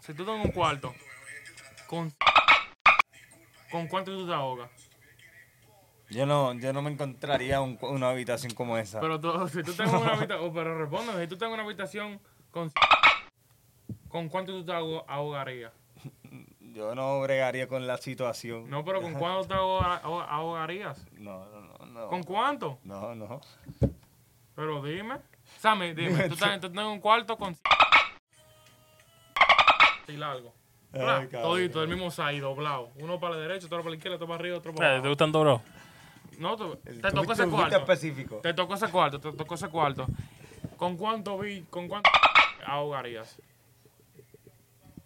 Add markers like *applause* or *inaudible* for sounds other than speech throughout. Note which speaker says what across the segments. Speaker 1: Si tú estás en un cuarto, con, ¿con cuánto tú te ahogas?
Speaker 2: Yo no, yo no me encontraría un cu- una habitación como esa.
Speaker 1: Pero tú, si tú estás en una habitación, pero respóndeme, si tú estás en una habitación, con, ¿con cuánto tú te ahogo- ahogarías?
Speaker 2: Yo no bregaría con la situación.
Speaker 1: No, pero ¿con cuánto te ahoga- ahoga- ahogarías?
Speaker 2: No, no, no. No,
Speaker 1: ¿Con cuánto?
Speaker 2: no. no.
Speaker 1: Pero dime. Sammy, dime, tú estás, tú estás en un cuarto con... Y largo. Bla,
Speaker 2: Ay, cabrón.
Speaker 1: todito, el mismo side, doblado. Uno para la derecha, otro para la izquierda, otro para arriba, otro para
Speaker 3: Espérate, Eh, ¿Te
Speaker 1: abajo.
Speaker 3: gustan doblado?
Speaker 1: No, tú-
Speaker 2: Eh, El-
Speaker 1: te
Speaker 2: tú
Speaker 1: tocó
Speaker 2: fuiste-
Speaker 1: ese
Speaker 2: fuiste
Speaker 1: cuarto.
Speaker 2: específico.
Speaker 1: Te tocó ese cuarto, te tocó ese cuarto. ¿Con cuánto vi, con cuánto ahogarías?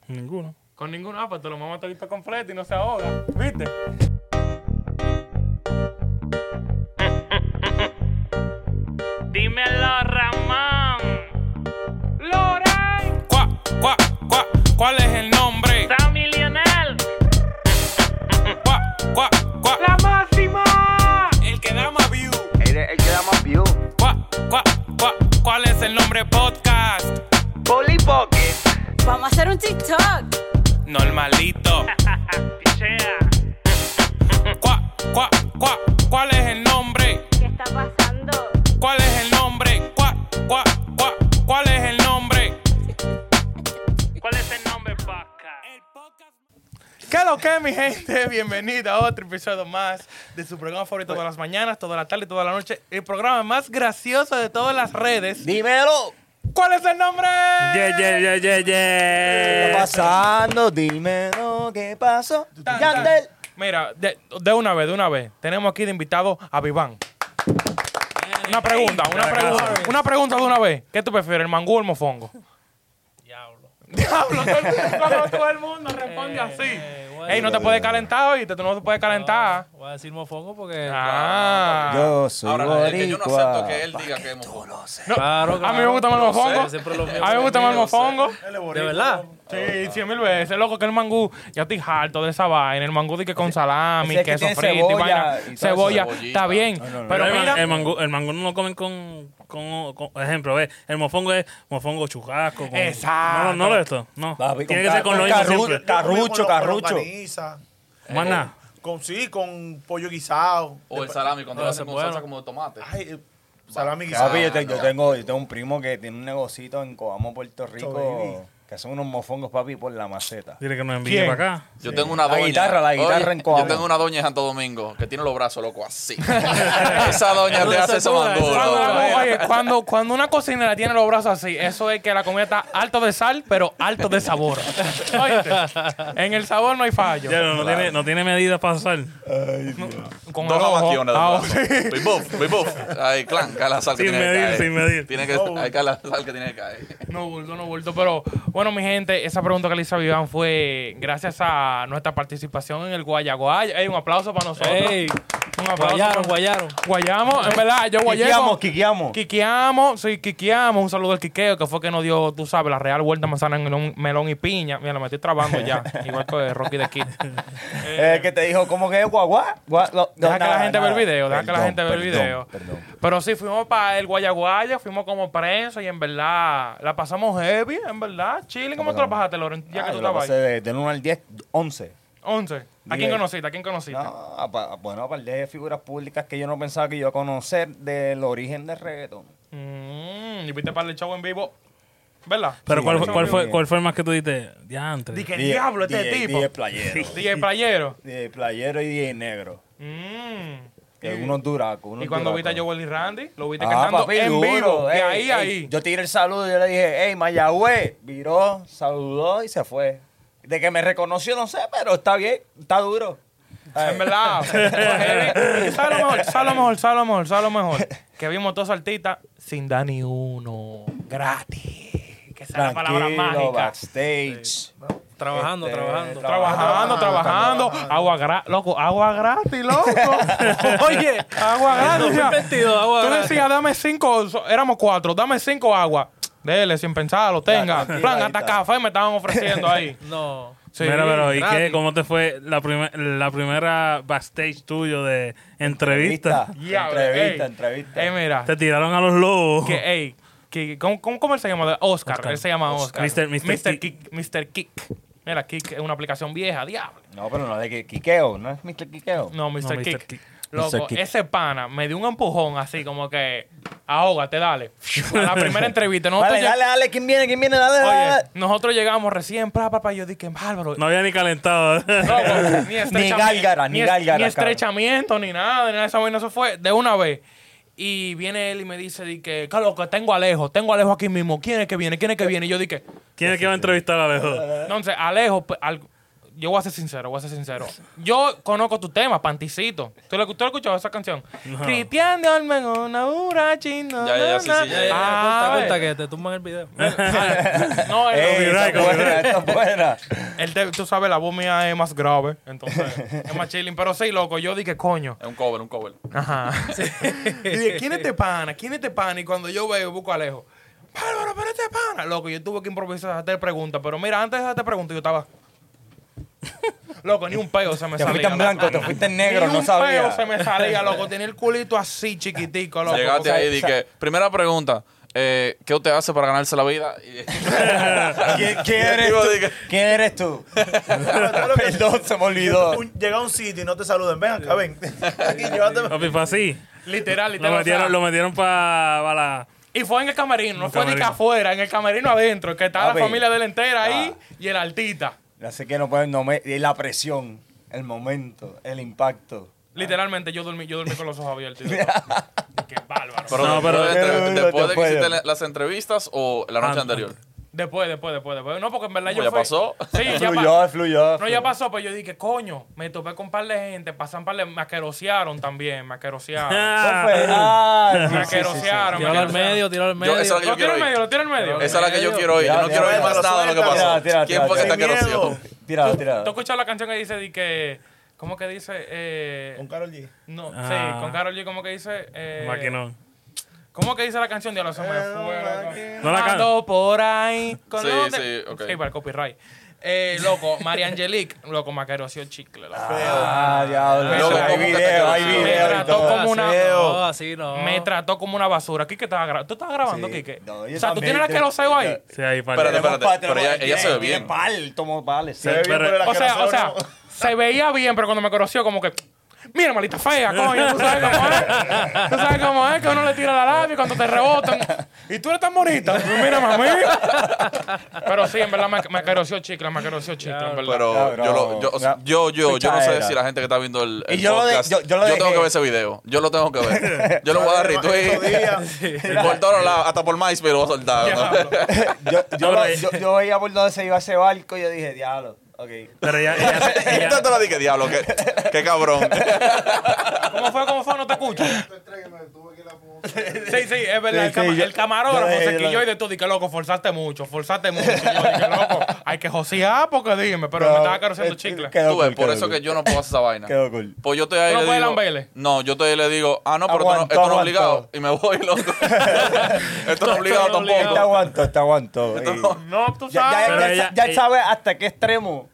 Speaker 3: Ninguno.
Speaker 1: Con ningún apa, te lo mamas todito completo y no se ahoga. ¿Viste? *laughs* Dímelo, Ramón. Loray.
Speaker 4: Cuá, cuá, cuá, ¿cuál es el nombre?
Speaker 1: Sammy Lionel.
Speaker 4: Cuá, cuá, cuá,
Speaker 1: La máxima.
Speaker 4: el que da más view.
Speaker 5: Eres el que da más view.
Speaker 4: Cuá, cuá, cuá, ¿cuál es el nombre podcast?
Speaker 5: Polly Pocket.
Speaker 6: Vamos a hacer un TikTok.
Speaker 4: Normalito. Cuá, cuá, cuá, ¿cuál es el nombre?
Speaker 6: ¿Qué está pasando?
Speaker 4: ¿Cuál es el nombre? Cuá, cuá, cuá, ¿cuál es el nombre?
Speaker 1: ¿Cuál es el nombre, Paca? ¿Qué es lo que, es, mi gente? *laughs* Bienvenido a otro episodio más de su programa favorito todas las mañanas, todas las tardes, toda la noche. El programa más gracioso de todas las redes.
Speaker 2: Dímelo.
Speaker 1: ¿Cuál es el nombre?
Speaker 3: Yeah, yeah, yeah, yeah,
Speaker 2: ¿Qué
Speaker 3: yeah.
Speaker 2: está pasando? Dímelo. ¿Qué pasó?
Speaker 1: Tan, tan.
Speaker 2: Yandel.
Speaker 1: Mira, de, de una vez, de una vez. Tenemos aquí de invitado a Viván. Una pregunta, una pregunta. Una pregunta de una vez. ¿Qué tú prefieres, el mangú o el mofongo? Diablo. Diablo,
Speaker 7: *laughs*
Speaker 1: todo el mundo, todo- todo el mundo responde así.
Speaker 7: Eh, bueno.
Speaker 1: Ey, no te puedes calentar, oíste, tú no te puedes calentar.
Speaker 7: Voy a decir mofongo porque.
Speaker 1: Ah.
Speaker 2: Yo soy
Speaker 8: Ahora,
Speaker 2: boricua.
Speaker 8: el que yo no acepto que él diga que es mojón.
Speaker 1: No,
Speaker 7: Claro,
Speaker 1: a mí me
Speaker 7: claro.
Speaker 1: gusta más el
Speaker 7: Lo sé,
Speaker 1: mofongo.
Speaker 7: siempre lo mismo
Speaker 1: A mí me
Speaker 7: que
Speaker 1: gusta
Speaker 7: el
Speaker 1: más el
Speaker 7: mío, o sea.
Speaker 1: mofongo.
Speaker 7: De verdad.
Speaker 1: Sí, cien mil veces, loco, que el mangú. Ya estoy harto de esa vaina. El mangú de que con salami,
Speaker 2: ese que
Speaker 1: queso
Speaker 2: tiene
Speaker 1: frito y
Speaker 2: cebolla
Speaker 1: vaina.
Speaker 2: y todo eso.
Speaker 1: Cebolla,
Speaker 8: Cebollita.
Speaker 1: está bien. Pero
Speaker 3: Pero el,
Speaker 1: mira,
Speaker 3: man- el mangú, el mangú no lo comen con, con, con- por ejemplo, ve, el mofongo es mofongo churrasco. con-
Speaker 1: Exacto.
Speaker 3: No, no, no esto, no.
Speaker 2: Papi,
Speaker 3: Tiene que
Speaker 2: con
Speaker 3: ser con lo mismo
Speaker 2: carru-
Speaker 3: siempre.
Speaker 2: Carrucho, carrucho.
Speaker 3: Más nada.
Speaker 9: Con sí, con pollo guisado.
Speaker 8: O el salami cuando lo hacen con
Speaker 7: bueno.
Speaker 8: salsa como de tomate.
Speaker 9: Ay, eh, salami guisado.
Speaker 2: Papi, yo, te- yo tengo, yo tengo un primo que tiene un negocito en Coamo, Puerto Rico. Que son unos mofongos, papi, por la maceta.
Speaker 3: Dile que nos envíe
Speaker 1: ¿Quién?
Speaker 3: para acá.
Speaker 8: Yo tengo una
Speaker 2: La
Speaker 8: doña.
Speaker 2: guitarra, la guitarra en Coamo.
Speaker 8: Yo tengo una doña en Santo Domingo que tiene los brazos
Speaker 2: *laughs*
Speaker 8: locos así. *laughs* Esa doña te hace eso
Speaker 7: Esa
Speaker 8: manduro.
Speaker 1: cuando, la-
Speaker 8: Oye,
Speaker 1: Ah, oye, cuando, cuando una cocinera tiene los brazos así, eso es que la comida está alto de sal, pero alto de sabor. Oíste, en el sabor no hay fallo.
Speaker 3: Ya, no, no tiene, no tiene medidas para usar.
Speaker 1: Con el
Speaker 8: Dos
Speaker 1: ojo.
Speaker 8: jamaquiones de
Speaker 1: Ah,
Speaker 8: brazo. Big buff, big buff. Ay, clan, cae la sal que
Speaker 3: Sin
Speaker 8: tiene que
Speaker 3: medir,
Speaker 8: caer.
Speaker 3: sin medir.
Speaker 8: Tiene que, ahí cae la sal que tiene que caer.
Speaker 1: *laughs* No bulto, no bulto. Pero bueno, mi gente, esa pregunta que le hizo a Iván fue gracias a nuestra participación en el Guayaguay. Ey, un aplauso para nosotros.
Speaker 7: Ey,
Speaker 1: un aplauso.
Speaker 7: guayaron,
Speaker 1: para-
Speaker 7: guayaron.
Speaker 1: Guayamos, en verdad, yo guayamos.
Speaker 2: Quiqueamos, quiqueamos.
Speaker 1: Quiqueamos, Oh. sí, quiqueamos. Un saludo al Quiqueo, que fue que nos dio, tú sabes, la real vuelta manzana en melón, melón y piña. Mira, me estoy trabando
Speaker 2: *laughs*
Speaker 1: ya. Igual que Rocky de *laughs* Kid.
Speaker 2: Eh, que te dijo, ¿cómo que es guaguá? Gua- no,
Speaker 1: Deja que
Speaker 2: nada,
Speaker 1: la gente
Speaker 2: nada.
Speaker 1: vea el video, deja que la
Speaker 2: Perdón,
Speaker 1: gente vea el
Speaker 2: perdón,
Speaker 1: video.
Speaker 2: Perdón.
Speaker 1: Pero sí, fuimos para el Guayaguaya, fuimos como prensa y en verdad la pasamos heavy, en verdad. Chile, ¿cómo te la pasaste, Loren? Ya
Speaker 2: Ah,
Speaker 1: que tú
Speaker 2: yo lo
Speaker 1: estabas
Speaker 2: pasé
Speaker 1: ahí.
Speaker 2: de, del 1 al 10, 11.
Speaker 1: 11. ¿A quién
Speaker 2: Diez.
Speaker 1: conociste? ¿A quién conociste?
Speaker 2: No, a pa- bueno, a par de figuras públicas que yo no pensaba que iba a conocer del origen del reggaetón.
Speaker 1: Mm, y viste para el show en vivo, ¿verdad?
Speaker 3: Pero
Speaker 2: Sí,
Speaker 3: ¿cuál,
Speaker 2: yo
Speaker 3: fue- cuál,
Speaker 2: creo
Speaker 3: fue,
Speaker 2: que-
Speaker 3: ¿cuál fue el más que tú diste? Diantre.
Speaker 1: Dije, ¿qué diablo este
Speaker 2: DJ
Speaker 1: tipo?
Speaker 2: DJ
Speaker 1: *laughs*
Speaker 2: playero.
Speaker 1: DJ Playero.
Speaker 2: DJ playero y DJ negro.
Speaker 1: Mm.
Speaker 2: Que unos duracos. unos
Speaker 1: Y cuando viste a
Speaker 2: duracos.
Speaker 1: Joel y Randy, lo viste
Speaker 2: Ah,
Speaker 1: cantando
Speaker 2: papi,
Speaker 1: en
Speaker 2: duro,
Speaker 1: vivo.
Speaker 2: ey,
Speaker 1: de ahí
Speaker 2: ey,
Speaker 1: a ahí.
Speaker 2: Yo tiré el saludo y yo le dije, hey, Mayagüez. Viró, saludó y se fue. De que me reconoció, no sé, pero está bien, está duro.
Speaker 1: En
Speaker 2: eh.
Speaker 1: verdad.
Speaker 2: *laughs*
Speaker 1: fue heavy. ¿Sabes lo mejor? ¿Sabes lo mejor? ¿Sabes lo mejor? ¿Sabes lo mejor?
Speaker 2: *laughs*
Speaker 1: Que vimos todos artistas sin dar ni uno. Gratis. Que esa es la palabra
Speaker 2: Tranquilo,
Speaker 1: mágica.
Speaker 2: backstage.
Speaker 7: Trabajando,
Speaker 2: Este,
Speaker 7: trabajando.
Speaker 1: Trabajando, trabajando, agua gratis, loco, agua gratis,
Speaker 2: *laughs*
Speaker 1: loco. Oye, agua gratis. o sea,
Speaker 7: 2022, agua
Speaker 1: tú
Speaker 7: gratis.
Speaker 1: decías, dame cinco, so- éramos cuatro, dame cinco agua. Dele, sin pensarlo, tenga.
Speaker 2: tranquila,
Speaker 1: Plan,
Speaker 2: ahí
Speaker 1: hasta
Speaker 2: está.
Speaker 1: café me estaban ofreciendo
Speaker 2: *laughs*
Speaker 1: ahí.
Speaker 7: No.
Speaker 1: Sí,
Speaker 3: Mira, pero ¿y
Speaker 7: gratis.
Speaker 3: qué? ¿Cómo te fue la, primer- la primera backstage tuyo de entrevista?
Speaker 2: Entrevista,
Speaker 1: Ya,
Speaker 2: entrevista.
Speaker 1: ey.
Speaker 2: entrevista.
Speaker 1: Ey, mira,
Speaker 3: Te tiraron a los lobos.
Speaker 1: que, ey, Ki- ¿Cómo, cómo, cómo él se llama? Oscar.
Speaker 3: Oscar.
Speaker 1: Él se llama Oscar.
Speaker 3: Oscar. Mr. Mr.
Speaker 1: Mr.
Speaker 3: Kick.
Speaker 1: Kick. Mr. Kick. Mira, Kick es una aplicación vieja, diablo.
Speaker 2: No, pero no de que Quiqueo, ¿no es Mr. Quiqueo?
Speaker 1: No, Mr.
Speaker 3: Mr.
Speaker 1: Kick.
Speaker 3: Kick.
Speaker 1: Loco,
Speaker 2: Mr. Kick.
Speaker 1: ese pana me dio un empujón así como que ahógate, dale. A la primera entrevista. Nosotros,
Speaker 2: Dale,
Speaker 1: lleg-
Speaker 2: dale, dale, ¿quién viene? ¿Quién viene? Dale, dale.
Speaker 1: Oye,
Speaker 2: dale.
Speaker 1: nosotros llegamos recién, para papá, yo dije, bárbaro.
Speaker 3: No había ni calentado.
Speaker 2: *laughs*
Speaker 1: Loco, ni, estrechami-
Speaker 2: gálgara, ni
Speaker 1: es-
Speaker 2: gálgara,
Speaker 1: Ni estrechamiento, ni nada, ni nada de esa vaina. Eso fue de una vez. Y viene él y me dice, di que, claro, que tengo a Alejo, tengo a Alejo aquí mismo. ¿Quién es que viene? ¿Quién es que viene? Y yo dije,
Speaker 3: *laughs* ¿Quién es que va a entrevistar a
Speaker 1: *laughs*
Speaker 3: Alejo?
Speaker 1: entonces, Alejo, pe- al- yo voy a ser sincero, voy a ser sincero. Yo conozco tu tema, Panticito. ¿Tú lo, tú lo has escuchado esa canción? Cristian de Olmen, una hura chino.
Speaker 8: Ya, ya, ya, sí,
Speaker 1: na,
Speaker 8: sí, ya,
Speaker 1: na.
Speaker 8: ya, ya.
Speaker 1: Ah,
Speaker 7: cuenta, cuenta
Speaker 1: ve.
Speaker 7: que te tumban el video.
Speaker 1: Ah, *laughs* No, el-
Speaker 2: Ey,
Speaker 3: copyright,
Speaker 2: está buena,
Speaker 3: copyright.
Speaker 2: está buena.
Speaker 1: el de- tú sabes, la voz mía es más grave, entonces es más chilling. Pero sí, loco, yo dije, coño.
Speaker 8: Es un cover, un cover.
Speaker 1: Ajá. Y *laughs* dije, ¿quién es este pana? ¿Quién es este pana? Y cuando yo veo, busco a Alejo. Bárbaro, pero este pana. Loco, yo tuve que improvisar, hacerte preguntas. Pero mira, antes de hacerte preguntas, yo
Speaker 2: *laughs*
Speaker 1: estaba. Loco, ni un peo se me
Speaker 2: Te
Speaker 1: salía.
Speaker 2: fuiste en
Speaker 1: loco.
Speaker 2: blanco, te fuiste en negro,
Speaker 1: ni
Speaker 2: no
Speaker 1: un peo
Speaker 2: sabía.
Speaker 1: se me salía, loco. Tenía el culito así chiquitico, loco.
Speaker 8: Llegaste ahí y
Speaker 1: porque-
Speaker 8: dije, primera pregunta, eh, ¿qué usted hace para ganarse la vida? Y- *laughs*
Speaker 2: ¿Quién, quién eres
Speaker 8: Digo,
Speaker 2: tú?
Speaker 8: digo-
Speaker 2: ¿Quién
Speaker 1: *laughs*
Speaker 2: eres tú? *laughs* Perdón, se me olvidó.
Speaker 9: Un- Llega a un sitio y no te saludan. Ven acá, ven. *laughs* Aquí, llévateme.
Speaker 3: Papi, fue así.
Speaker 1: Literal, literal.
Speaker 3: Lo
Speaker 1: o sea,
Speaker 3: metieron, lo metieron para la.
Speaker 1: Y fue en el camerino, no
Speaker 3: El
Speaker 1: fue ni que
Speaker 3: camerino.
Speaker 1: afuera, en el camerino adentro, que estaba
Speaker 2: Papi. Ah.
Speaker 1: la familia de la entera ahí y el altita.
Speaker 2: Ya sé que no pueden, no me, y la presión, el momento, el impacto.
Speaker 1: Literalmente, yo dormí, yo dormí con los ojos
Speaker 2: *laughs*
Speaker 1: abiertos. y todo. Qué bárbaro.
Speaker 8: Pero,
Speaker 3: No, pero-
Speaker 8: después, de,
Speaker 2: Pero no te
Speaker 8: después de que
Speaker 2: puedo.
Speaker 8: hiciste la- las entrevistas o la noche
Speaker 3: Ah,
Speaker 8: anterior.
Speaker 1: Después, después, después, después. No, porque en verdad
Speaker 8: Pues
Speaker 1: yo
Speaker 8: ya
Speaker 1: fui-
Speaker 8: pasó. *laughs*
Speaker 1: Sí, ya pasó.
Speaker 2: fluyó, fluyó.
Speaker 1: No, ya pasó, pero yo dije, coño, me topé con un par de gente, pasan par de... Me aquerosearon también, me
Speaker 3: *laughs* Ah.
Speaker 1: aquerosearon.
Speaker 2: ¿Cuál fue? Ah,
Speaker 1: me
Speaker 2: sí, sí, sí, sí.
Speaker 1: aquerosearon, me
Speaker 7: Tíralo al
Speaker 1: aquerosearon.
Speaker 7: medio, tíralo al
Speaker 8: Yo-
Speaker 7: medio.
Speaker 8: esa-
Speaker 1: Lo tiro
Speaker 8: quiero
Speaker 1: en
Speaker 8: ir.
Speaker 1: medio, lo tiro en medio.
Speaker 8: Esa es la que yo quiero oír.
Speaker 2: Ya,
Speaker 8: yo no
Speaker 2: ya,
Speaker 8: quiero oír
Speaker 2: ya,
Speaker 8: más
Speaker 9: ya,
Speaker 8: nada de lo que
Speaker 9: suelta,
Speaker 2: tira,
Speaker 8: pasó.
Speaker 2: tira,
Speaker 8: ¿Quién fue que
Speaker 2: tira,
Speaker 8: te
Speaker 9: tira.
Speaker 8: conoció?
Speaker 2: Tirado,
Speaker 1: ¿Tú
Speaker 2: tirado.
Speaker 1: escuchas la canción que dice de que... ¿Cómo que dice? Eh,
Speaker 9: Con Karol G.
Speaker 1: no,
Speaker 3: Ah.
Speaker 1: sí, con Karol G, ¿cómo que dice? Eh,
Speaker 3: Más que no.
Speaker 1: ¿Cómo que dice la canción? Diablo, se me
Speaker 9: Eh, no,
Speaker 1: fue, loco.
Speaker 9: máquina.
Speaker 3: No la can-
Speaker 1: Ando por ahí. Con
Speaker 8: Sí,
Speaker 1: los de-
Speaker 8: sí, ok.
Speaker 1: Sí, para el copyright. Eh, loco, María Angelique, loco, me aqueroseó el chicle. loco.
Speaker 2: Ah, diablo.
Speaker 1: Loco,
Speaker 2: hay
Speaker 1: ¿cómo
Speaker 8: que te
Speaker 2: video, hay
Speaker 8: conoció?
Speaker 1: Me
Speaker 2: video y
Speaker 1: trató
Speaker 2: todo.
Speaker 1: como una-
Speaker 7: No, así no.
Speaker 1: Me trató como una basura. Quique estaba grabando. ¿Tú estabas grabando,
Speaker 2: Sí.
Speaker 1: Quique?
Speaker 2: No, yo
Speaker 1: o sea, tú
Speaker 2: también,
Speaker 1: tienes la
Speaker 2: yo-
Speaker 1: que lo seo ahí.
Speaker 3: Sí, ahí
Speaker 8: Espérate,
Speaker 3: para.
Speaker 8: espérate, pero ella- ella se ve bien.
Speaker 2: Pal, tomó pales.
Speaker 3: Se ve bien, pero-
Speaker 1: O sea, o sea, se veía bien, pero cuando me conoció, como que. Mira, malita fea, coño, tú sabes cómo es. Tú sabes cómo es que uno le tira la labia y cuando te rebotan. Y tú eres tan bonita. Mira, mami. Pero sí, en verdad me, me acaroció chicle, me acaroció chicle, en verdad.
Speaker 8: Pero
Speaker 2: Cabrón.
Speaker 8: yo, lo- yo, o sea,
Speaker 2: Ya.
Speaker 8: yo, yo, yo no sé
Speaker 2: Pichadera.
Speaker 8: si la gente que está viendo el, el
Speaker 2: Y yo lo de-
Speaker 8: podcast.
Speaker 2: yo- yo lo
Speaker 8: tengo
Speaker 2: dejé.
Speaker 8: que ver ese video. Yo lo tengo que ver. Yo lo voy a dar retweet. *laughs* Por todos lados, hasta por MySpace lo voy a soltar. ¿no?
Speaker 1: Diablo.
Speaker 2: yo, *laughs* yo,
Speaker 3: No,
Speaker 2: lo-
Speaker 3: pero-
Speaker 2: yo, yo veía por dónde se iba ese barco y yo dije, diablo, ok.
Speaker 3: Pero ya.
Speaker 8: *laughs*
Speaker 3: ya- ya-
Speaker 8: *laughs* Yo te lo dije, diablo, qué,
Speaker 2: *laughs*
Speaker 8: qué cabrón.
Speaker 1: ¿Cómo fue? ¿Cómo fue? No te escucho. Sí, sí, es verdad. el,
Speaker 2: Sí, sí,
Speaker 1: cama-
Speaker 2: yo-
Speaker 1: el camarógrafo
Speaker 2: yo-
Speaker 1: se
Speaker 2: yo-
Speaker 1: quilló y de todo. Dije, loco, forzaste mucho, forzaste mucho. Y yo dije, loco, hay que josear porque dime. Pero me estaba acariciando
Speaker 2: eh,
Speaker 1: chicle.
Speaker 2: Quedó
Speaker 8: Tú ves,
Speaker 2: cool,
Speaker 8: por
Speaker 2: quedó
Speaker 8: eso
Speaker 2: cool.
Speaker 8: que yo no puedo hacer esa vaina.
Speaker 2: Quedó cool.
Speaker 8: Pues yo estoy ahí.
Speaker 1: ¿Tú no
Speaker 8: le
Speaker 1: puedes
Speaker 8: digo,
Speaker 1: lamberle?
Speaker 8: No, yo estoy ahí le digo, ah, no, pero tú no-
Speaker 2: Aguantó,
Speaker 8: esto no es
Speaker 2: aguantó.
Speaker 8: obligado. Y me voy, *laughs* loco. esto no es obligado
Speaker 1: Esto no es
Speaker 2: Te
Speaker 8: tampoco.
Speaker 2: aguanto, te aguanto. y-
Speaker 1: No, tú
Speaker 2: Ya, ya,
Speaker 1: sabes.
Speaker 3: Pero
Speaker 2: ya,
Speaker 3: ella-
Speaker 2: ya
Speaker 3: ella-
Speaker 2: sabes hasta qué extremo.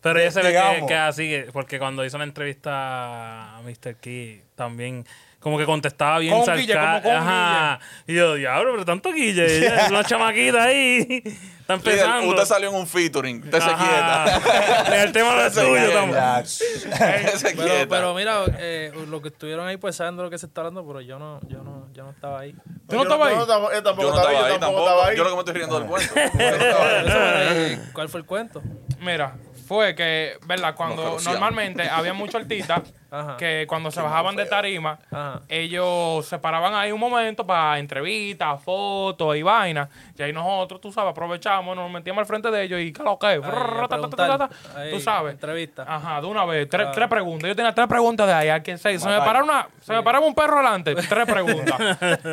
Speaker 3: Pero ella se ve que,
Speaker 2: Llegamos.
Speaker 3: que así, que- porque cuando hizo la entrevista a Mr. Key, también como que contestaba bien
Speaker 1: Con Guille, como con
Speaker 3: sarcástico. Ajá. Y yo, diablo, pero tanto Guille. Ella es una chamaquita ahí. *laughs* Está
Speaker 8: Líder,
Speaker 3: empezando.
Speaker 8: Usted salió en un featuring. Usted se
Speaker 3: Ajá.
Speaker 8: quieta.
Speaker 3: El tema no es
Speaker 8: Se
Speaker 3: tuyo
Speaker 8: quieta.
Speaker 3: tampoco.
Speaker 8: Usted *laughs* se quieta.
Speaker 7: Pero, pero mira, eh, lo que estuvieron ahí pues saben de lo que se está hablando, pero yo no, yo no, yo no estaba ahí.
Speaker 1: ¿Tú no estabas ahí?
Speaker 9: Yo
Speaker 8: yo no
Speaker 9: tampoco
Speaker 8: estaba
Speaker 9: estaba ahí,
Speaker 8: ahí
Speaker 9: yo tampoco estaba ahí.
Speaker 8: Yo lo que me estoy riendo del cuento.
Speaker 7: Eso, eh, ¿Cuál fue el cuento?
Speaker 1: Mira, fue que, ¿verdad? Cuando
Speaker 8: conocíamos.
Speaker 1: normalmente había muchos artistas
Speaker 7: *laughs* Ajá.
Speaker 1: que cuando se bajaban de tarima,
Speaker 7: Ajá.
Speaker 1: ellos se paraban ahí un momento para entrevistas, fotos y vainas. Y ahí nosotros, tú sabes, aprovechábamos, nos metíamos al frente de ellos y, claro, ¿qué?
Speaker 7: a preguntar. Ahí,
Speaker 1: Tú sabes. Ah,
Speaker 7: entrevista.
Speaker 1: Ajá, de una vez. Tres, tres preguntas. Yo tenía tres preguntas de ahí. ¿A quién se, se me paraba una, se me paraba un perro delante. Tres
Speaker 7: *laughs*
Speaker 1: preguntas.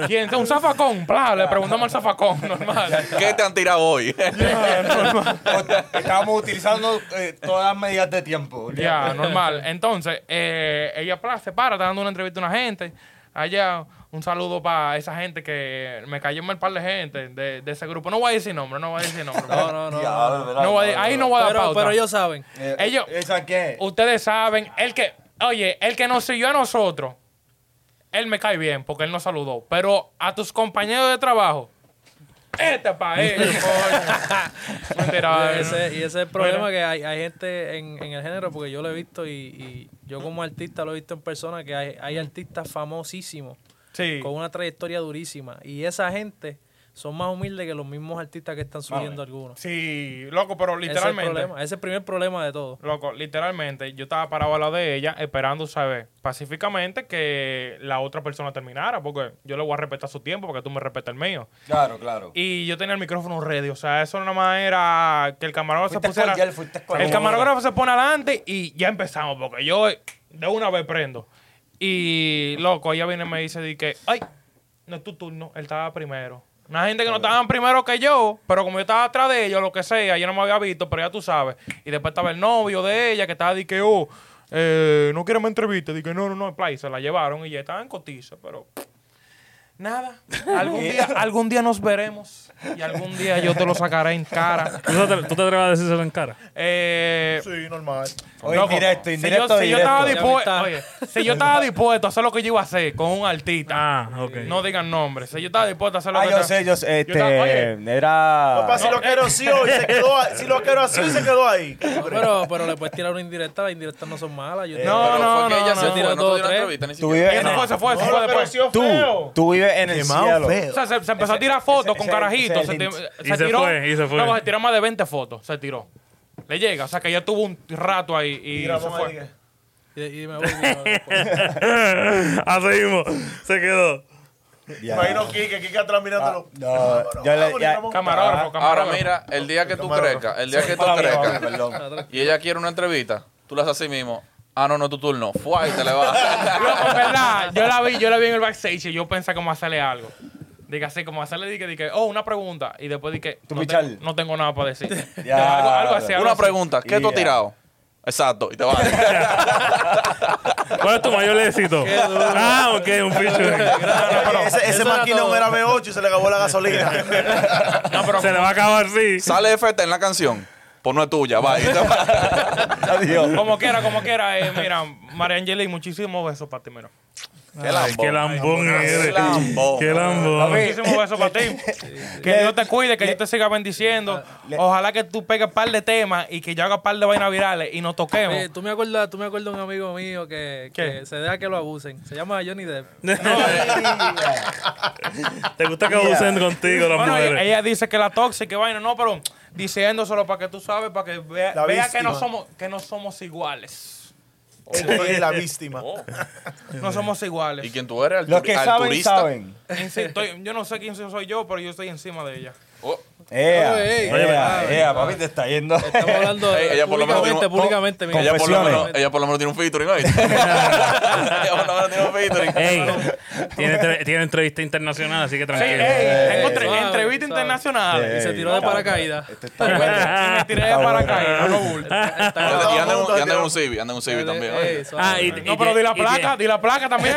Speaker 1: ¿Quién? Un zafacón. Bla, le preguntamos al zafacón, normal.
Speaker 8: ¿Qué te han tirado hoy?
Speaker 2: Estábamos utilizando eh, todas las medidas de tiempo.
Speaker 7: *laughs*
Speaker 1: Ya, normal. Entonces, eh, ella pla, se para, está dando una entrevista a una gente. Allá, un saludo para esa gente que me cayó mal par de gente de, de ese grupo. No voy a decir nombre, no voy a decir nombre.
Speaker 7: *laughs* No, no, no.
Speaker 2: Diablo, ¿verdad?
Speaker 1: No voy a- ahí no voy a dar
Speaker 7: Pero,
Speaker 1: pauta.
Speaker 7: pero ellos saben.
Speaker 2: Eh,
Speaker 1: Ellos-
Speaker 2: ¿Esa qué?
Speaker 1: Ustedes saben, el que, oye, el que nos siguió a nosotros, él me cae bien porque él nos saludó. Pero a tus compañeros de trabajo, Este país,
Speaker 7: *laughs*
Speaker 1: coño. Mentira,
Speaker 7: y,
Speaker 1: ¿no?
Speaker 7: ese, y ese es el problema que hay, hay gente en, en el género, porque yo lo he visto y, y yo como artista lo he visto en persona, que hay, hay artistas famosísimos
Speaker 1: Sí.
Speaker 7: con una trayectoria durísima. Y esa gente son más humildes que los mismos artistas que están subiendo algunos.
Speaker 1: Sí, loco, pero
Speaker 7: Ese es, el
Speaker 1: literalmente.
Speaker 7: problema, ese es el primer problema de todo.
Speaker 1: Loco, literalmente, yo estaba parado al lado de ella esperando, ¿sabes? Pacíficamente que la otra persona terminara, porque yo le voy a respetar su tiempo, porque tú me respetas el mío.
Speaker 2: Claro, claro.
Speaker 1: Y yo tenía el micrófono ready, o sea, eso nada más era que el camarógrafo
Speaker 2: Fuiste
Speaker 1: se pusiera.
Speaker 2: cordial, fuiste cordial.
Speaker 1: el camarógrafo se pone adelante y ya empezamos, porque yo de una vez prendo. Y loco, ella viene y me dice de que, ay, no es tu turno, él estaba primero. Una gente que no estaban primero que yo, pero como yo estaba atrás de ellos, lo que sea, yo no me había visto, pero ya tú sabes. Y después estaba el novio de ella que estaba de que, oh, eh, no quiere más entrevista. Dije, no, no, no, play, se la llevaron y ya estaba en cotiza, pero
Speaker 3: *laughs*
Speaker 1: Nada. Algún día, algún día nos veremos y algún día yo te lo sacaré en
Speaker 3: *laughs*
Speaker 1: cara.
Speaker 3: ¿Tú te, tú te atreves a decírselo en cara?
Speaker 1: Eh,
Speaker 9: Sí, normal.
Speaker 2: O
Speaker 1: loco,
Speaker 2: indirecto,
Speaker 1: si
Speaker 2: indirecto,
Speaker 1: yo- si yo estaba
Speaker 2: directo.
Speaker 1: dispuesto-
Speaker 7: Ya me
Speaker 1: oye, si yo estaba dispuesto a hacer lo que yo iba a hacer con un artista,
Speaker 3: Ah, ok.
Speaker 1: no digan nombres. Si yo estaba dispuesto a hacer lo
Speaker 2: Ah,
Speaker 1: que
Speaker 2: yo
Speaker 1: yo-
Speaker 2: sé, yo sé. Este,
Speaker 1: estaba- oye,
Speaker 9: Papá,
Speaker 8: Ah.
Speaker 2: era...
Speaker 9: si lo quiero así hoy, se quedó ahí. Si lo quiero así, se quedó ahí.
Speaker 7: No, pero, pero le puedes tirar una indirecta, las indirectas no son malas.
Speaker 2: eh,
Speaker 7: Yo
Speaker 1: No,
Speaker 8: Pero
Speaker 1: no,
Speaker 8: fue que
Speaker 1: no,
Speaker 8: ella
Speaker 1: no,
Speaker 8: se fue, no
Speaker 7: tiró
Speaker 8: te dio
Speaker 7: todo
Speaker 8: una
Speaker 7: tres.
Speaker 8: entrevista ni
Speaker 2: Tú
Speaker 8: siquiera.
Speaker 2: vives
Speaker 1: Eso fue,
Speaker 2: en
Speaker 1: se fue, se
Speaker 9: No,
Speaker 1: fue
Speaker 9: lo
Speaker 1: después.
Speaker 9: creció
Speaker 2: Tú,
Speaker 9: feo.
Speaker 2: tú vives en el cielo.
Speaker 1: O sea, se, se empezó a tirar fotos con
Speaker 2: ese-
Speaker 1: carajitos.
Speaker 2: ese-
Speaker 1: se ti-
Speaker 3: Y se
Speaker 1: tiró,
Speaker 3: fue, y se fue.
Speaker 1: No, se tiró más de 20 fotos. Se tiró. Le llega. O sea, que ya tuvo un rato ahí y
Speaker 9: Mira,
Speaker 1: se
Speaker 9: mamá,
Speaker 1: fue.
Speaker 9: dije,
Speaker 7: Y, y me
Speaker 1: *laughs*
Speaker 7: voy. y-
Speaker 3: *laughs* Así mismo. Se quedó.
Speaker 2: Ya.
Speaker 9: Imagino Kike, Kike atrás
Speaker 2: Ah,
Speaker 9: mirándolo.
Speaker 2: No, yo le... ya-
Speaker 1: Camarógrafo,
Speaker 8: Ahora
Speaker 1: camarógrafo.
Speaker 8: mira, el día que tú
Speaker 9: Camarógrafo.
Speaker 8: crezcas, el día que tú
Speaker 2: Mala mía,
Speaker 8: crezcas,
Speaker 2: perdón.
Speaker 8: y ella quiere una entrevista, tú la haces así mismo. Ah, no, no, tu turno. Fua, y te le
Speaker 1: Loco, en
Speaker 8: vas.
Speaker 1: verdad,
Speaker 8: *laughs*
Speaker 1: yo la vi, yo la vi en el backstage y yo pensé como hacerle algo. Dije así, como hacerle, dije, dije, oh, una pregunta. Y después dije,
Speaker 2: Tú
Speaker 1: no,
Speaker 2: pichar.
Speaker 1: tengo, no tengo nada para
Speaker 2: *laughs*
Speaker 1: decir.
Speaker 2: Ya.
Speaker 1: algo, algo así. algo
Speaker 8: Una
Speaker 1: así.
Speaker 8: pregunta, ¿qué tú has
Speaker 2: Ya.
Speaker 8: tirado? Exacto, y te vas.
Speaker 3: ¿Cuál es tu mayor éxito? Ah, ok, un featuring.
Speaker 9: Ese, ese
Speaker 7: Eso era
Speaker 9: maquinón
Speaker 7: todo.
Speaker 9: era V8 y se le acabó la gasolina.
Speaker 1: No, pero
Speaker 3: Se le va a acabar así.
Speaker 8: Sale FT en la canción. Pues no es tuya, va. y te vas.
Speaker 2: Adiós.
Speaker 1: como quiera, como quiera. eh, mira, María Angeli, muchísimos besos para ti, mira.
Speaker 8: Qué
Speaker 3: Ay, qué
Speaker 8: lambón.
Speaker 3: lambón eres.
Speaker 8: lambón.
Speaker 3: Qué *laughs* lambón.
Speaker 1: Muchísimos besos
Speaker 2: *laughs*
Speaker 1: para ti. Que Dios te cuide, que Dios te siga bendiciendo. Ojalá que tú pegues un par de temas y que yo haga un par de vainas virales y nos
Speaker 7: Oye,
Speaker 1: toquemos.
Speaker 7: tú me acuerdas, tú me acuerdas de un amigo mío que,
Speaker 1: ¿Qué?
Speaker 7: que se deja que lo abusen. Se llama Johnny
Speaker 8: *laughs*
Speaker 7: Depp.
Speaker 3: eh. Te gusta que abusen contigo las
Speaker 1: Bueno, ella,
Speaker 3: mujeres.
Speaker 1: ella dice que la tóxica, que vaina, no, pero diciéndoselo para que tú sabes, para que vea,
Speaker 9: La
Speaker 1: vea que, no
Speaker 9: víctima.
Speaker 1: somos, que no somos iguales.
Speaker 9: Es la víctima.
Speaker 1: Oh,
Speaker 3: Oh.
Speaker 1: No
Speaker 3: *laughs*
Speaker 1: somos iguales.
Speaker 8: ¿Y quién tú eres? ¿Al,
Speaker 2: Los
Speaker 8: turi-
Speaker 2: que
Speaker 8: al
Speaker 2: saben,
Speaker 8: turista?
Speaker 2: saben.
Speaker 1: En sí, estoy- yo no sé quién soy yo, pero yo estoy encima de ella.
Speaker 8: Oh,
Speaker 2: Ea,
Speaker 7: Oye,
Speaker 2: ea,
Speaker 7: verdad,
Speaker 2: ea, papi, te está yendo. *laughs*
Speaker 7: Estamos hablando
Speaker 8: Ey, ella por lo menos
Speaker 7: públicamente,
Speaker 8: tiene un-
Speaker 7: públicamente. mira.
Speaker 8: ella, por lo
Speaker 2: Confesiones.
Speaker 8: menos, ella por lo menos tiene un featuring hoy. ella por lo menos tiene un featuring.
Speaker 3: Ey, tiene, tre- tiene entrevista internacional, así que
Speaker 1: Sí,
Speaker 3: tranquilo. *laughs*
Speaker 1: ey,
Speaker 2: Eh,
Speaker 1: tengo tre-
Speaker 7: suave,
Speaker 1: entrevista
Speaker 7: suave.
Speaker 1: internacional.
Speaker 3: Eh.
Speaker 7: Y se tiró de paracaídas.
Speaker 2: Este está bueno.
Speaker 1: Y me tiré de
Speaker 3: Ah,
Speaker 1: paracaídas, no bulto.
Speaker 8: Y anda en un- y anda en
Speaker 9: Estamos
Speaker 8: un Civi, anda en un Civi este también.
Speaker 7: Ey, suave.
Speaker 3: Ah, y-
Speaker 1: No, pero di la
Speaker 3: y- y-
Speaker 1: placa, di la placa
Speaker 3: *laughs*
Speaker 1: también.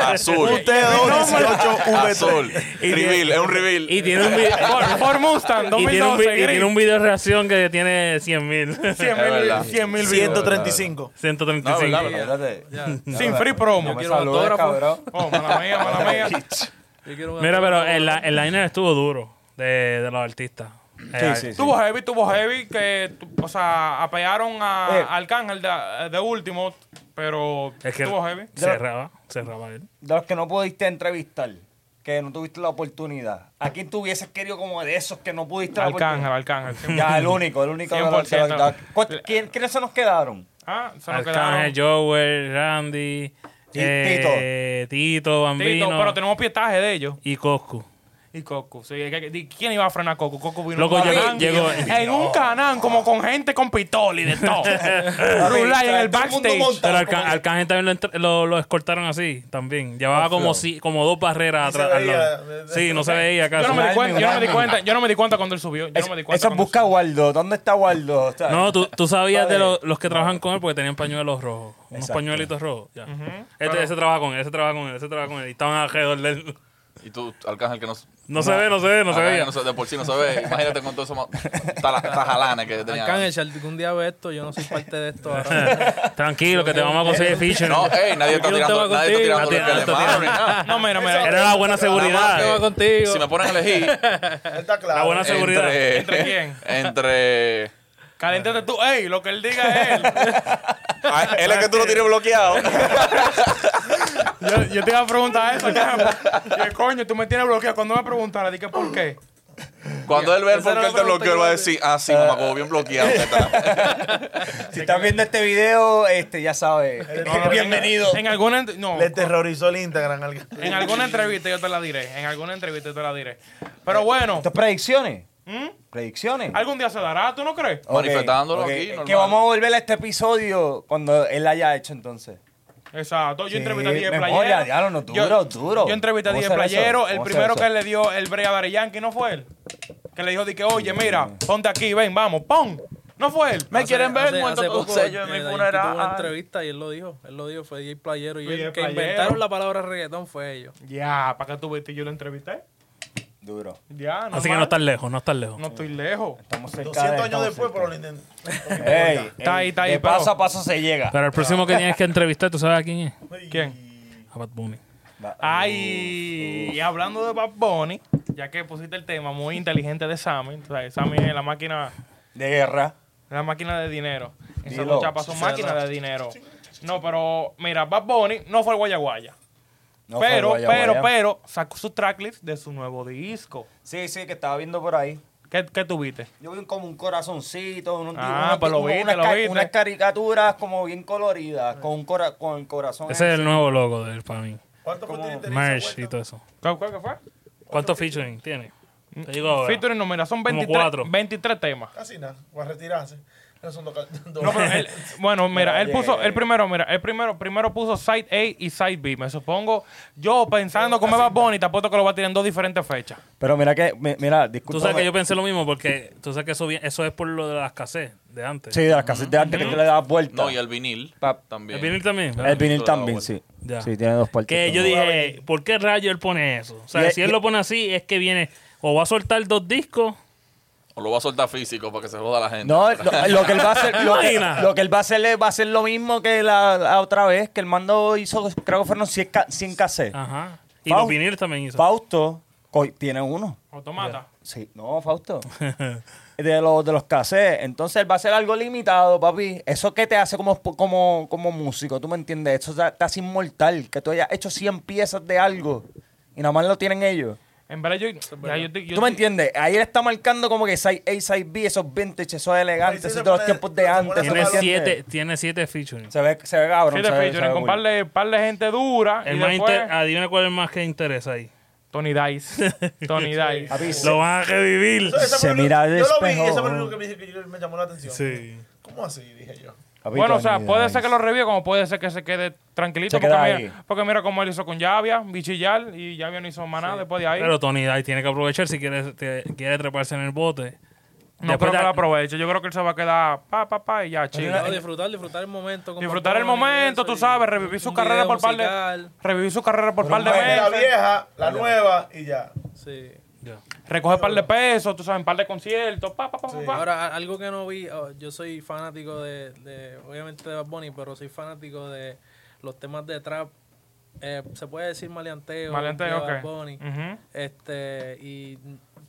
Speaker 8: Azul.
Speaker 9: Usted dos, 18 V3.
Speaker 8: Azul. Reveal, es un reveal.
Speaker 3: Y tiene un video.
Speaker 1: Ford, Ford Mustang,
Speaker 3: Y tiene, un, vi-
Speaker 1: 2012,
Speaker 3: y tiene un video de reacción que tiene 100 mil.
Speaker 1: 100
Speaker 3: *laughs*
Speaker 8: Es verdad.
Speaker 1: mil, 100 mil videos.
Speaker 9: 135.
Speaker 3: 135.
Speaker 8: No, ¿verdad?
Speaker 2: eh, Espérate.
Speaker 1: Sin free promo.
Speaker 2: No me
Speaker 7: quiero
Speaker 2: saludes,
Speaker 7: autógrafo. *laughs*
Speaker 2: cabrón.
Speaker 1: Oh, mala mía, mala mía.
Speaker 7: Yo quiero una-
Speaker 3: Mira, pero el, li- el liner estuvo duro de, de los artistas. Eh,
Speaker 2: sí, sí.
Speaker 1: Tuvo heavy, tuvo heavy, que, tu- o sea, apearon a
Speaker 2: Eh.
Speaker 1: a Arcángel de, de último, pero
Speaker 3: Es que
Speaker 1: tuvo heavy.
Speaker 3: cerraba, cerraba él.
Speaker 2: De los que no pudiste entrevistar, que no tuviste la oportunidad, ¿a quién tú hubieses querido como de esos que no pudiste la
Speaker 1: Arcángel, *laughs*
Speaker 2: oportunidad?
Speaker 1: Arcángel.
Speaker 3: *laughs*
Speaker 1: sí.
Speaker 2: Ya, el único, el único. de los- de los- de los-
Speaker 1: 100%.
Speaker 2: ¿Cuántos- quién- ¿Quiénes se nos quedaron?
Speaker 1: Ah, se nos quedaron.
Speaker 3: Arcángel, Joel, Randy,
Speaker 2: Ti-
Speaker 3: eh, Tito, Bambino
Speaker 1: Tito, pero tenemos pietaje de ellos.
Speaker 3: y Coscu.
Speaker 1: Y Coco. Sí, que- que- ¿Quién iba a frenar a Coco? Coco vino
Speaker 3: Loco,
Speaker 1: en un
Speaker 3: llegó-
Speaker 1: canán,
Speaker 3: llegó-
Speaker 1: en un canán, como con gente con pistola y de
Speaker 3: *laughs*
Speaker 1: todo. Rulay en el
Speaker 2: Todo el mundo
Speaker 1: backstage.
Speaker 2: monta.
Speaker 3: Pero Arca- Arcángel también lo, entr- lo, lo escoltaron así, también. Llevaba como, si, como dos barreras
Speaker 9: Ah, se
Speaker 3: atrás. al
Speaker 9: veía,
Speaker 3: lado.
Speaker 9: de- de-
Speaker 3: sí, no se veía
Speaker 1: Yo
Speaker 3: casi.
Speaker 1: no me di
Speaker 2: Unánime,
Speaker 1: cuenta, yo no me di
Speaker 2: unánime.
Speaker 1: cuenta, yo no me di cuenta cuando él subió. Yo no me di cuenta.
Speaker 2: Eso
Speaker 1: cuando él
Speaker 2: busca a Waldo. ¿Dónde está Waldo? O sea,
Speaker 3: No, tú, tú sabías de
Speaker 2: Vale.
Speaker 3: lo- los que trabajan con él porque tenían pañuelos rojos. Unos
Speaker 2: Exacto.
Speaker 3: pañuelitos rojos. Ya. Este- ese trabaja con él, ese trabaja con él, ese trabaja con él. Y estaban alrededor de él.
Speaker 8: Y tú, Arcángel, que no.
Speaker 3: No se ve, no se ve, no se
Speaker 8: Acá
Speaker 3: veía. *laughs*
Speaker 8: no se- de por sí no se ve. Imagínate con todo eso. ma- tala- Tajalana que tenía.
Speaker 7: Arcángel, si algún día ve esto, yo no soy parte de esto
Speaker 1: *laughs*
Speaker 7: ahora.
Speaker 3: Tranquilo, que te vamos a conseguir feature.
Speaker 8: No, ey, nadie está
Speaker 7: Yo no
Speaker 8: tirando,
Speaker 7: estaba
Speaker 8: nadie está tirando
Speaker 3: contigo,
Speaker 8: lo que le
Speaker 3: está
Speaker 8: mano
Speaker 3: tirando.
Speaker 8: ni nada.
Speaker 1: No, mira, mira.
Speaker 3: Era la buena
Speaker 8: Nada
Speaker 3: seguridad.
Speaker 8: más que,
Speaker 7: contigo.
Speaker 8: Si me ponen a elegir.
Speaker 9: Está claro.
Speaker 3: La buena seguridad.
Speaker 8: Entre,
Speaker 1: ¿Entre quién?
Speaker 8: Entre.
Speaker 1: Caléntate tú. Ey, lo que él diga es
Speaker 2: *laughs*
Speaker 1: él.
Speaker 8: *laughs* Ah, él es que tú lo tienes bloqueado.
Speaker 1: Yo, yo te iba a preguntar eso, ¿qué? ¿Qué coño? Tú me tienes bloqueado. Cuando me preguntara, dije, ¿por qué?
Speaker 8: *laughs* Cuando él ve el
Speaker 1: Esa
Speaker 8: por
Speaker 1: era
Speaker 8: qué
Speaker 1: la
Speaker 8: él
Speaker 1: pregunta
Speaker 8: te bloqueó,
Speaker 1: que
Speaker 8: él va a
Speaker 1: yo
Speaker 8: decir, ah, sí, mamá, como bien bloqueado. que está.
Speaker 2: Si estás viendo este video, este, ya sabes.
Speaker 9: Bienvenido.
Speaker 1: En alguna, ent- no,
Speaker 9: Le terrorizó el Instagram. *laughs* al-
Speaker 1: en alguna entrevista yo te la diré. En alguna entrevista yo te la diré. Pero bueno,
Speaker 2: ¿Estas predicciones?
Speaker 1: ¿Mm?
Speaker 2: ¿Predicciones?
Speaker 1: algún día se dará, ¿tú no crees?
Speaker 2: Ok,
Speaker 8: Manifestándolo
Speaker 2: ok.
Speaker 8: aquí, normal.
Speaker 2: Que vamos a volver a este episodio cuando él haya hecho entonces.
Speaker 1: Exacto. Yo
Speaker 2: Sí,
Speaker 1: entrevisté a 10
Speaker 2: memoria,
Speaker 1: playeros.
Speaker 2: diablo, no,
Speaker 1: Yo-
Speaker 2: duro, duro.
Speaker 1: Yo entrevisté a
Speaker 2: ¿Cómo
Speaker 1: 10
Speaker 2: será eso?
Speaker 1: playeros. El
Speaker 2: ¿Cómo será
Speaker 1: primero
Speaker 2: eso?
Speaker 1: que le dio el brea a Daddy Yankee no fue él. Que le dijo, de que, oye, mira, ponte aquí, ven, vamos, pon. No fue él.
Speaker 7: Hace- hace- hace poco, eh, Daddy tuvo una entrevista y él lo dijo. Él lo dijo, fue DJ Playero. Y
Speaker 1: DJ
Speaker 7: el que
Speaker 1: Playero.
Speaker 7: inventaron la palabra reggaetón fue ellos.
Speaker 1: Ya, ¿para qué tú viste? Yo lo entrevisté.
Speaker 2: Duro.
Speaker 1: Ya, no
Speaker 3: Así que
Speaker 1: mal.
Speaker 3: no estás lejos, no estás lejos.
Speaker 1: No estoy lejos.
Speaker 2: Estamos cerca
Speaker 9: 200
Speaker 2: de-
Speaker 9: años
Speaker 2: estamos
Speaker 9: después, pero
Speaker 2: cerca.
Speaker 9: lo intentó.
Speaker 2: Ey, ey,
Speaker 1: Está ahí, está ahí,
Speaker 2: De
Speaker 1: pero-
Speaker 2: paso a paso se llega.
Speaker 3: Pero el próximo que tienes que entrevistar, ¿tú sabes a quién es?
Speaker 1: ¿Quién?
Speaker 3: A Bad Bunny.
Speaker 1: Ay, y hablando de Bad Bunny, ya que pusiste el tema muy inteligente de Sammy, tú sabes, Sammy es la máquina,
Speaker 2: De guerra.
Speaker 1: la máquina de dinero. Esa
Speaker 2: Dilo.
Speaker 1: muchacha son máquina de dinero. No, pero mira, Bad Bunny no fue el guayaguaya.
Speaker 2: No fue
Speaker 1: pero,
Speaker 2: guaya,
Speaker 1: pero,
Speaker 2: guaya.
Speaker 1: pero, sacó su tracklist de su nuevo disco.
Speaker 2: Sí, sí, que estaba viendo por ahí.
Speaker 1: ¿Qué, qué tuviste?
Speaker 2: Yo vi como un corazoncito, un,
Speaker 1: Ah,
Speaker 2: una-
Speaker 1: pues lo
Speaker 2: una-
Speaker 1: viste,
Speaker 2: unas
Speaker 1: lo
Speaker 2: ca-
Speaker 1: viste.
Speaker 2: unas caricaturas como bien coloridas, con, un cora- con el corazón.
Speaker 3: Ese es el nuevo logo de él para mí.
Speaker 9: ¿Cuánto fue tu interés?
Speaker 3: Merch y todo eso.
Speaker 1: ¿Cuál, cuál que fue?
Speaker 3: ¿Cuántos featuring tiene? Te digo ahora.
Speaker 1: Featuring no, mira, son
Speaker 3: Como
Speaker 1: 23,
Speaker 3: cuatro.
Speaker 1: 23 temas.
Speaker 9: Casi nada. Va a retirarse. No son dos. ca- *laughs* dos-
Speaker 1: No, pero él- bueno, mira, él
Speaker 2: Oye.
Speaker 1: puso, el primero, mira, el primero, primero puso Side A y Side B. Me supongo, yo pensando cómo va Bonnie, te apuesto que lo va a tirar en dos diferentes fechas.
Speaker 2: Pero mira que, mi- mira,
Speaker 3: Tú
Speaker 2: disculpa.
Speaker 3: sabes que yo pensé lo mismo porque tú sabes que eso, vi- eso es por lo de la escasez de antes.
Speaker 2: Sí, de las casetas de antes que tú le dabas vuelta.
Speaker 8: No, y el vinil
Speaker 2: Pa-
Speaker 8: también.
Speaker 3: El vinil también.
Speaker 2: El vinil
Speaker 8: Tú le dabas
Speaker 2: también,
Speaker 8: vuelta.
Speaker 2: sí.
Speaker 3: Ya.
Speaker 2: Sí, tiene dos partes.
Speaker 3: Que yo
Speaker 2: también.
Speaker 3: dije, ¿por qué rayo él pone eso? O sea,
Speaker 2: Y-
Speaker 3: si él
Speaker 2: y-
Speaker 3: lo pone así, es que viene o va a soltar dos discos.
Speaker 8: O lo va a soltar físico para que se joda la gente.
Speaker 1: *laughs*
Speaker 2: No, lo, lo que él va a hacer, lo, que,
Speaker 3: Imagina.
Speaker 2: lo que él va a hacer es- va a ser lo mismo que la, la otra vez, que el mando hizo, creo que fueron 100, ca- 100
Speaker 1: Ah.
Speaker 2: cassettes.
Speaker 3: Ajá. Y
Speaker 2: Fau-
Speaker 3: los viniles también hizo.
Speaker 2: Fausto co- tiene uno.
Speaker 1: Automata.
Speaker 2: Sí, no, Fausto.
Speaker 3: *laughs*
Speaker 2: de, los de los cassettes. Entonces va a ser algo limitado, papi. Eso que te hace como, como, como músico, ¿tú me entiendes? Eso te, te hace inmortal. Que tú hayas hecho 100 piezas de algo y nada más lo tienen ellos.
Speaker 1: En verdad, yo, ya, yo, te- yo
Speaker 2: ¿Tú me
Speaker 1: te-
Speaker 2: entiendes? Ahí él está marcando como que 6A, 6B, esos vintage, esos elegantes,
Speaker 9: Ahí sí se
Speaker 2: esos de los
Speaker 9: pone-
Speaker 2: tiempos
Speaker 9: se
Speaker 2: de
Speaker 9: pone
Speaker 2: antes. ¿tú me
Speaker 3: Tiene
Speaker 9: Eso
Speaker 2: entiendes?
Speaker 3: siete, tiene siete featuring.
Speaker 2: Se ve, se ve cabrón.
Speaker 1: sí, de
Speaker 2: se ve- se
Speaker 1: featuring,
Speaker 2: ve
Speaker 1: con
Speaker 2: cool.
Speaker 1: par de, par de gente dura.
Speaker 3: El "Ah".
Speaker 1: y
Speaker 3: más
Speaker 1: después,
Speaker 3: inter- adivina cuál es el más que interesa ahí.
Speaker 1: Tony Dice.
Speaker 3: *laughs*
Speaker 1: Tony Dice.
Speaker 2: Papi, se-
Speaker 3: Lo van a revivir.
Speaker 9: Eso- esa
Speaker 2: Se
Speaker 9: fue lo-
Speaker 2: mira al
Speaker 9: Yo lo vi y
Speaker 2: espejo.
Speaker 9: esa fue lo que me, dije que yo- me llamó la atención.
Speaker 3: Sí.
Speaker 9: ¿Cómo así? Dije yo.
Speaker 2: papi,
Speaker 1: Bueno, o sea,
Speaker 2: Tony
Speaker 1: puede
Speaker 2: Dice.
Speaker 1: ser que lo revive, como puede ser que se quede tranquilito.
Speaker 2: Se queda
Speaker 1: porque,
Speaker 2: ahí.
Speaker 1: mira, porque mira cómo él hizo con Llavia, Bichillar, y Llavia no hizo más nada después de ahí.
Speaker 3: Pero Tony Dice tiene que aprovechar si quiere, te- quiere treparse en el bote.
Speaker 1: no creo
Speaker 3: Después
Speaker 1: que
Speaker 3: de-
Speaker 1: lo aproveche. Yo creo que él se va a quedar pa, pa, pa, y ya, chido.
Speaker 7: No, disfrutar, disfrutar el momento. con
Speaker 1: Disfrutar
Speaker 7: Bad
Speaker 1: el
Speaker 7: Bunny,
Speaker 1: momento,
Speaker 7: eso,
Speaker 1: tú
Speaker 7: y
Speaker 1: sabes, revivir su
Speaker 7: un
Speaker 1: carrera
Speaker 7: video
Speaker 1: por par de
Speaker 7: musical,
Speaker 1: revivir su carrera por par de
Speaker 2: bueno,
Speaker 9: La
Speaker 1: meses,
Speaker 9: vieja, la nueva y ya.
Speaker 7: Sí.
Speaker 1: recoge par de pesos, tú sabes, par de conciertos, pa pa pa pa, pa.
Speaker 3: *laughs*
Speaker 7: *laughs* Ahora, a- algo que no vi, oh, yo soy fanático de, de, obviamente de Bad Bunny, pero soy fanático de los temas de trap. Eh, se puede decir maleanteo, de
Speaker 1: Maleanteo, ok.
Speaker 7: Bad Bunny.
Speaker 1: Ujú.
Speaker 7: Este, y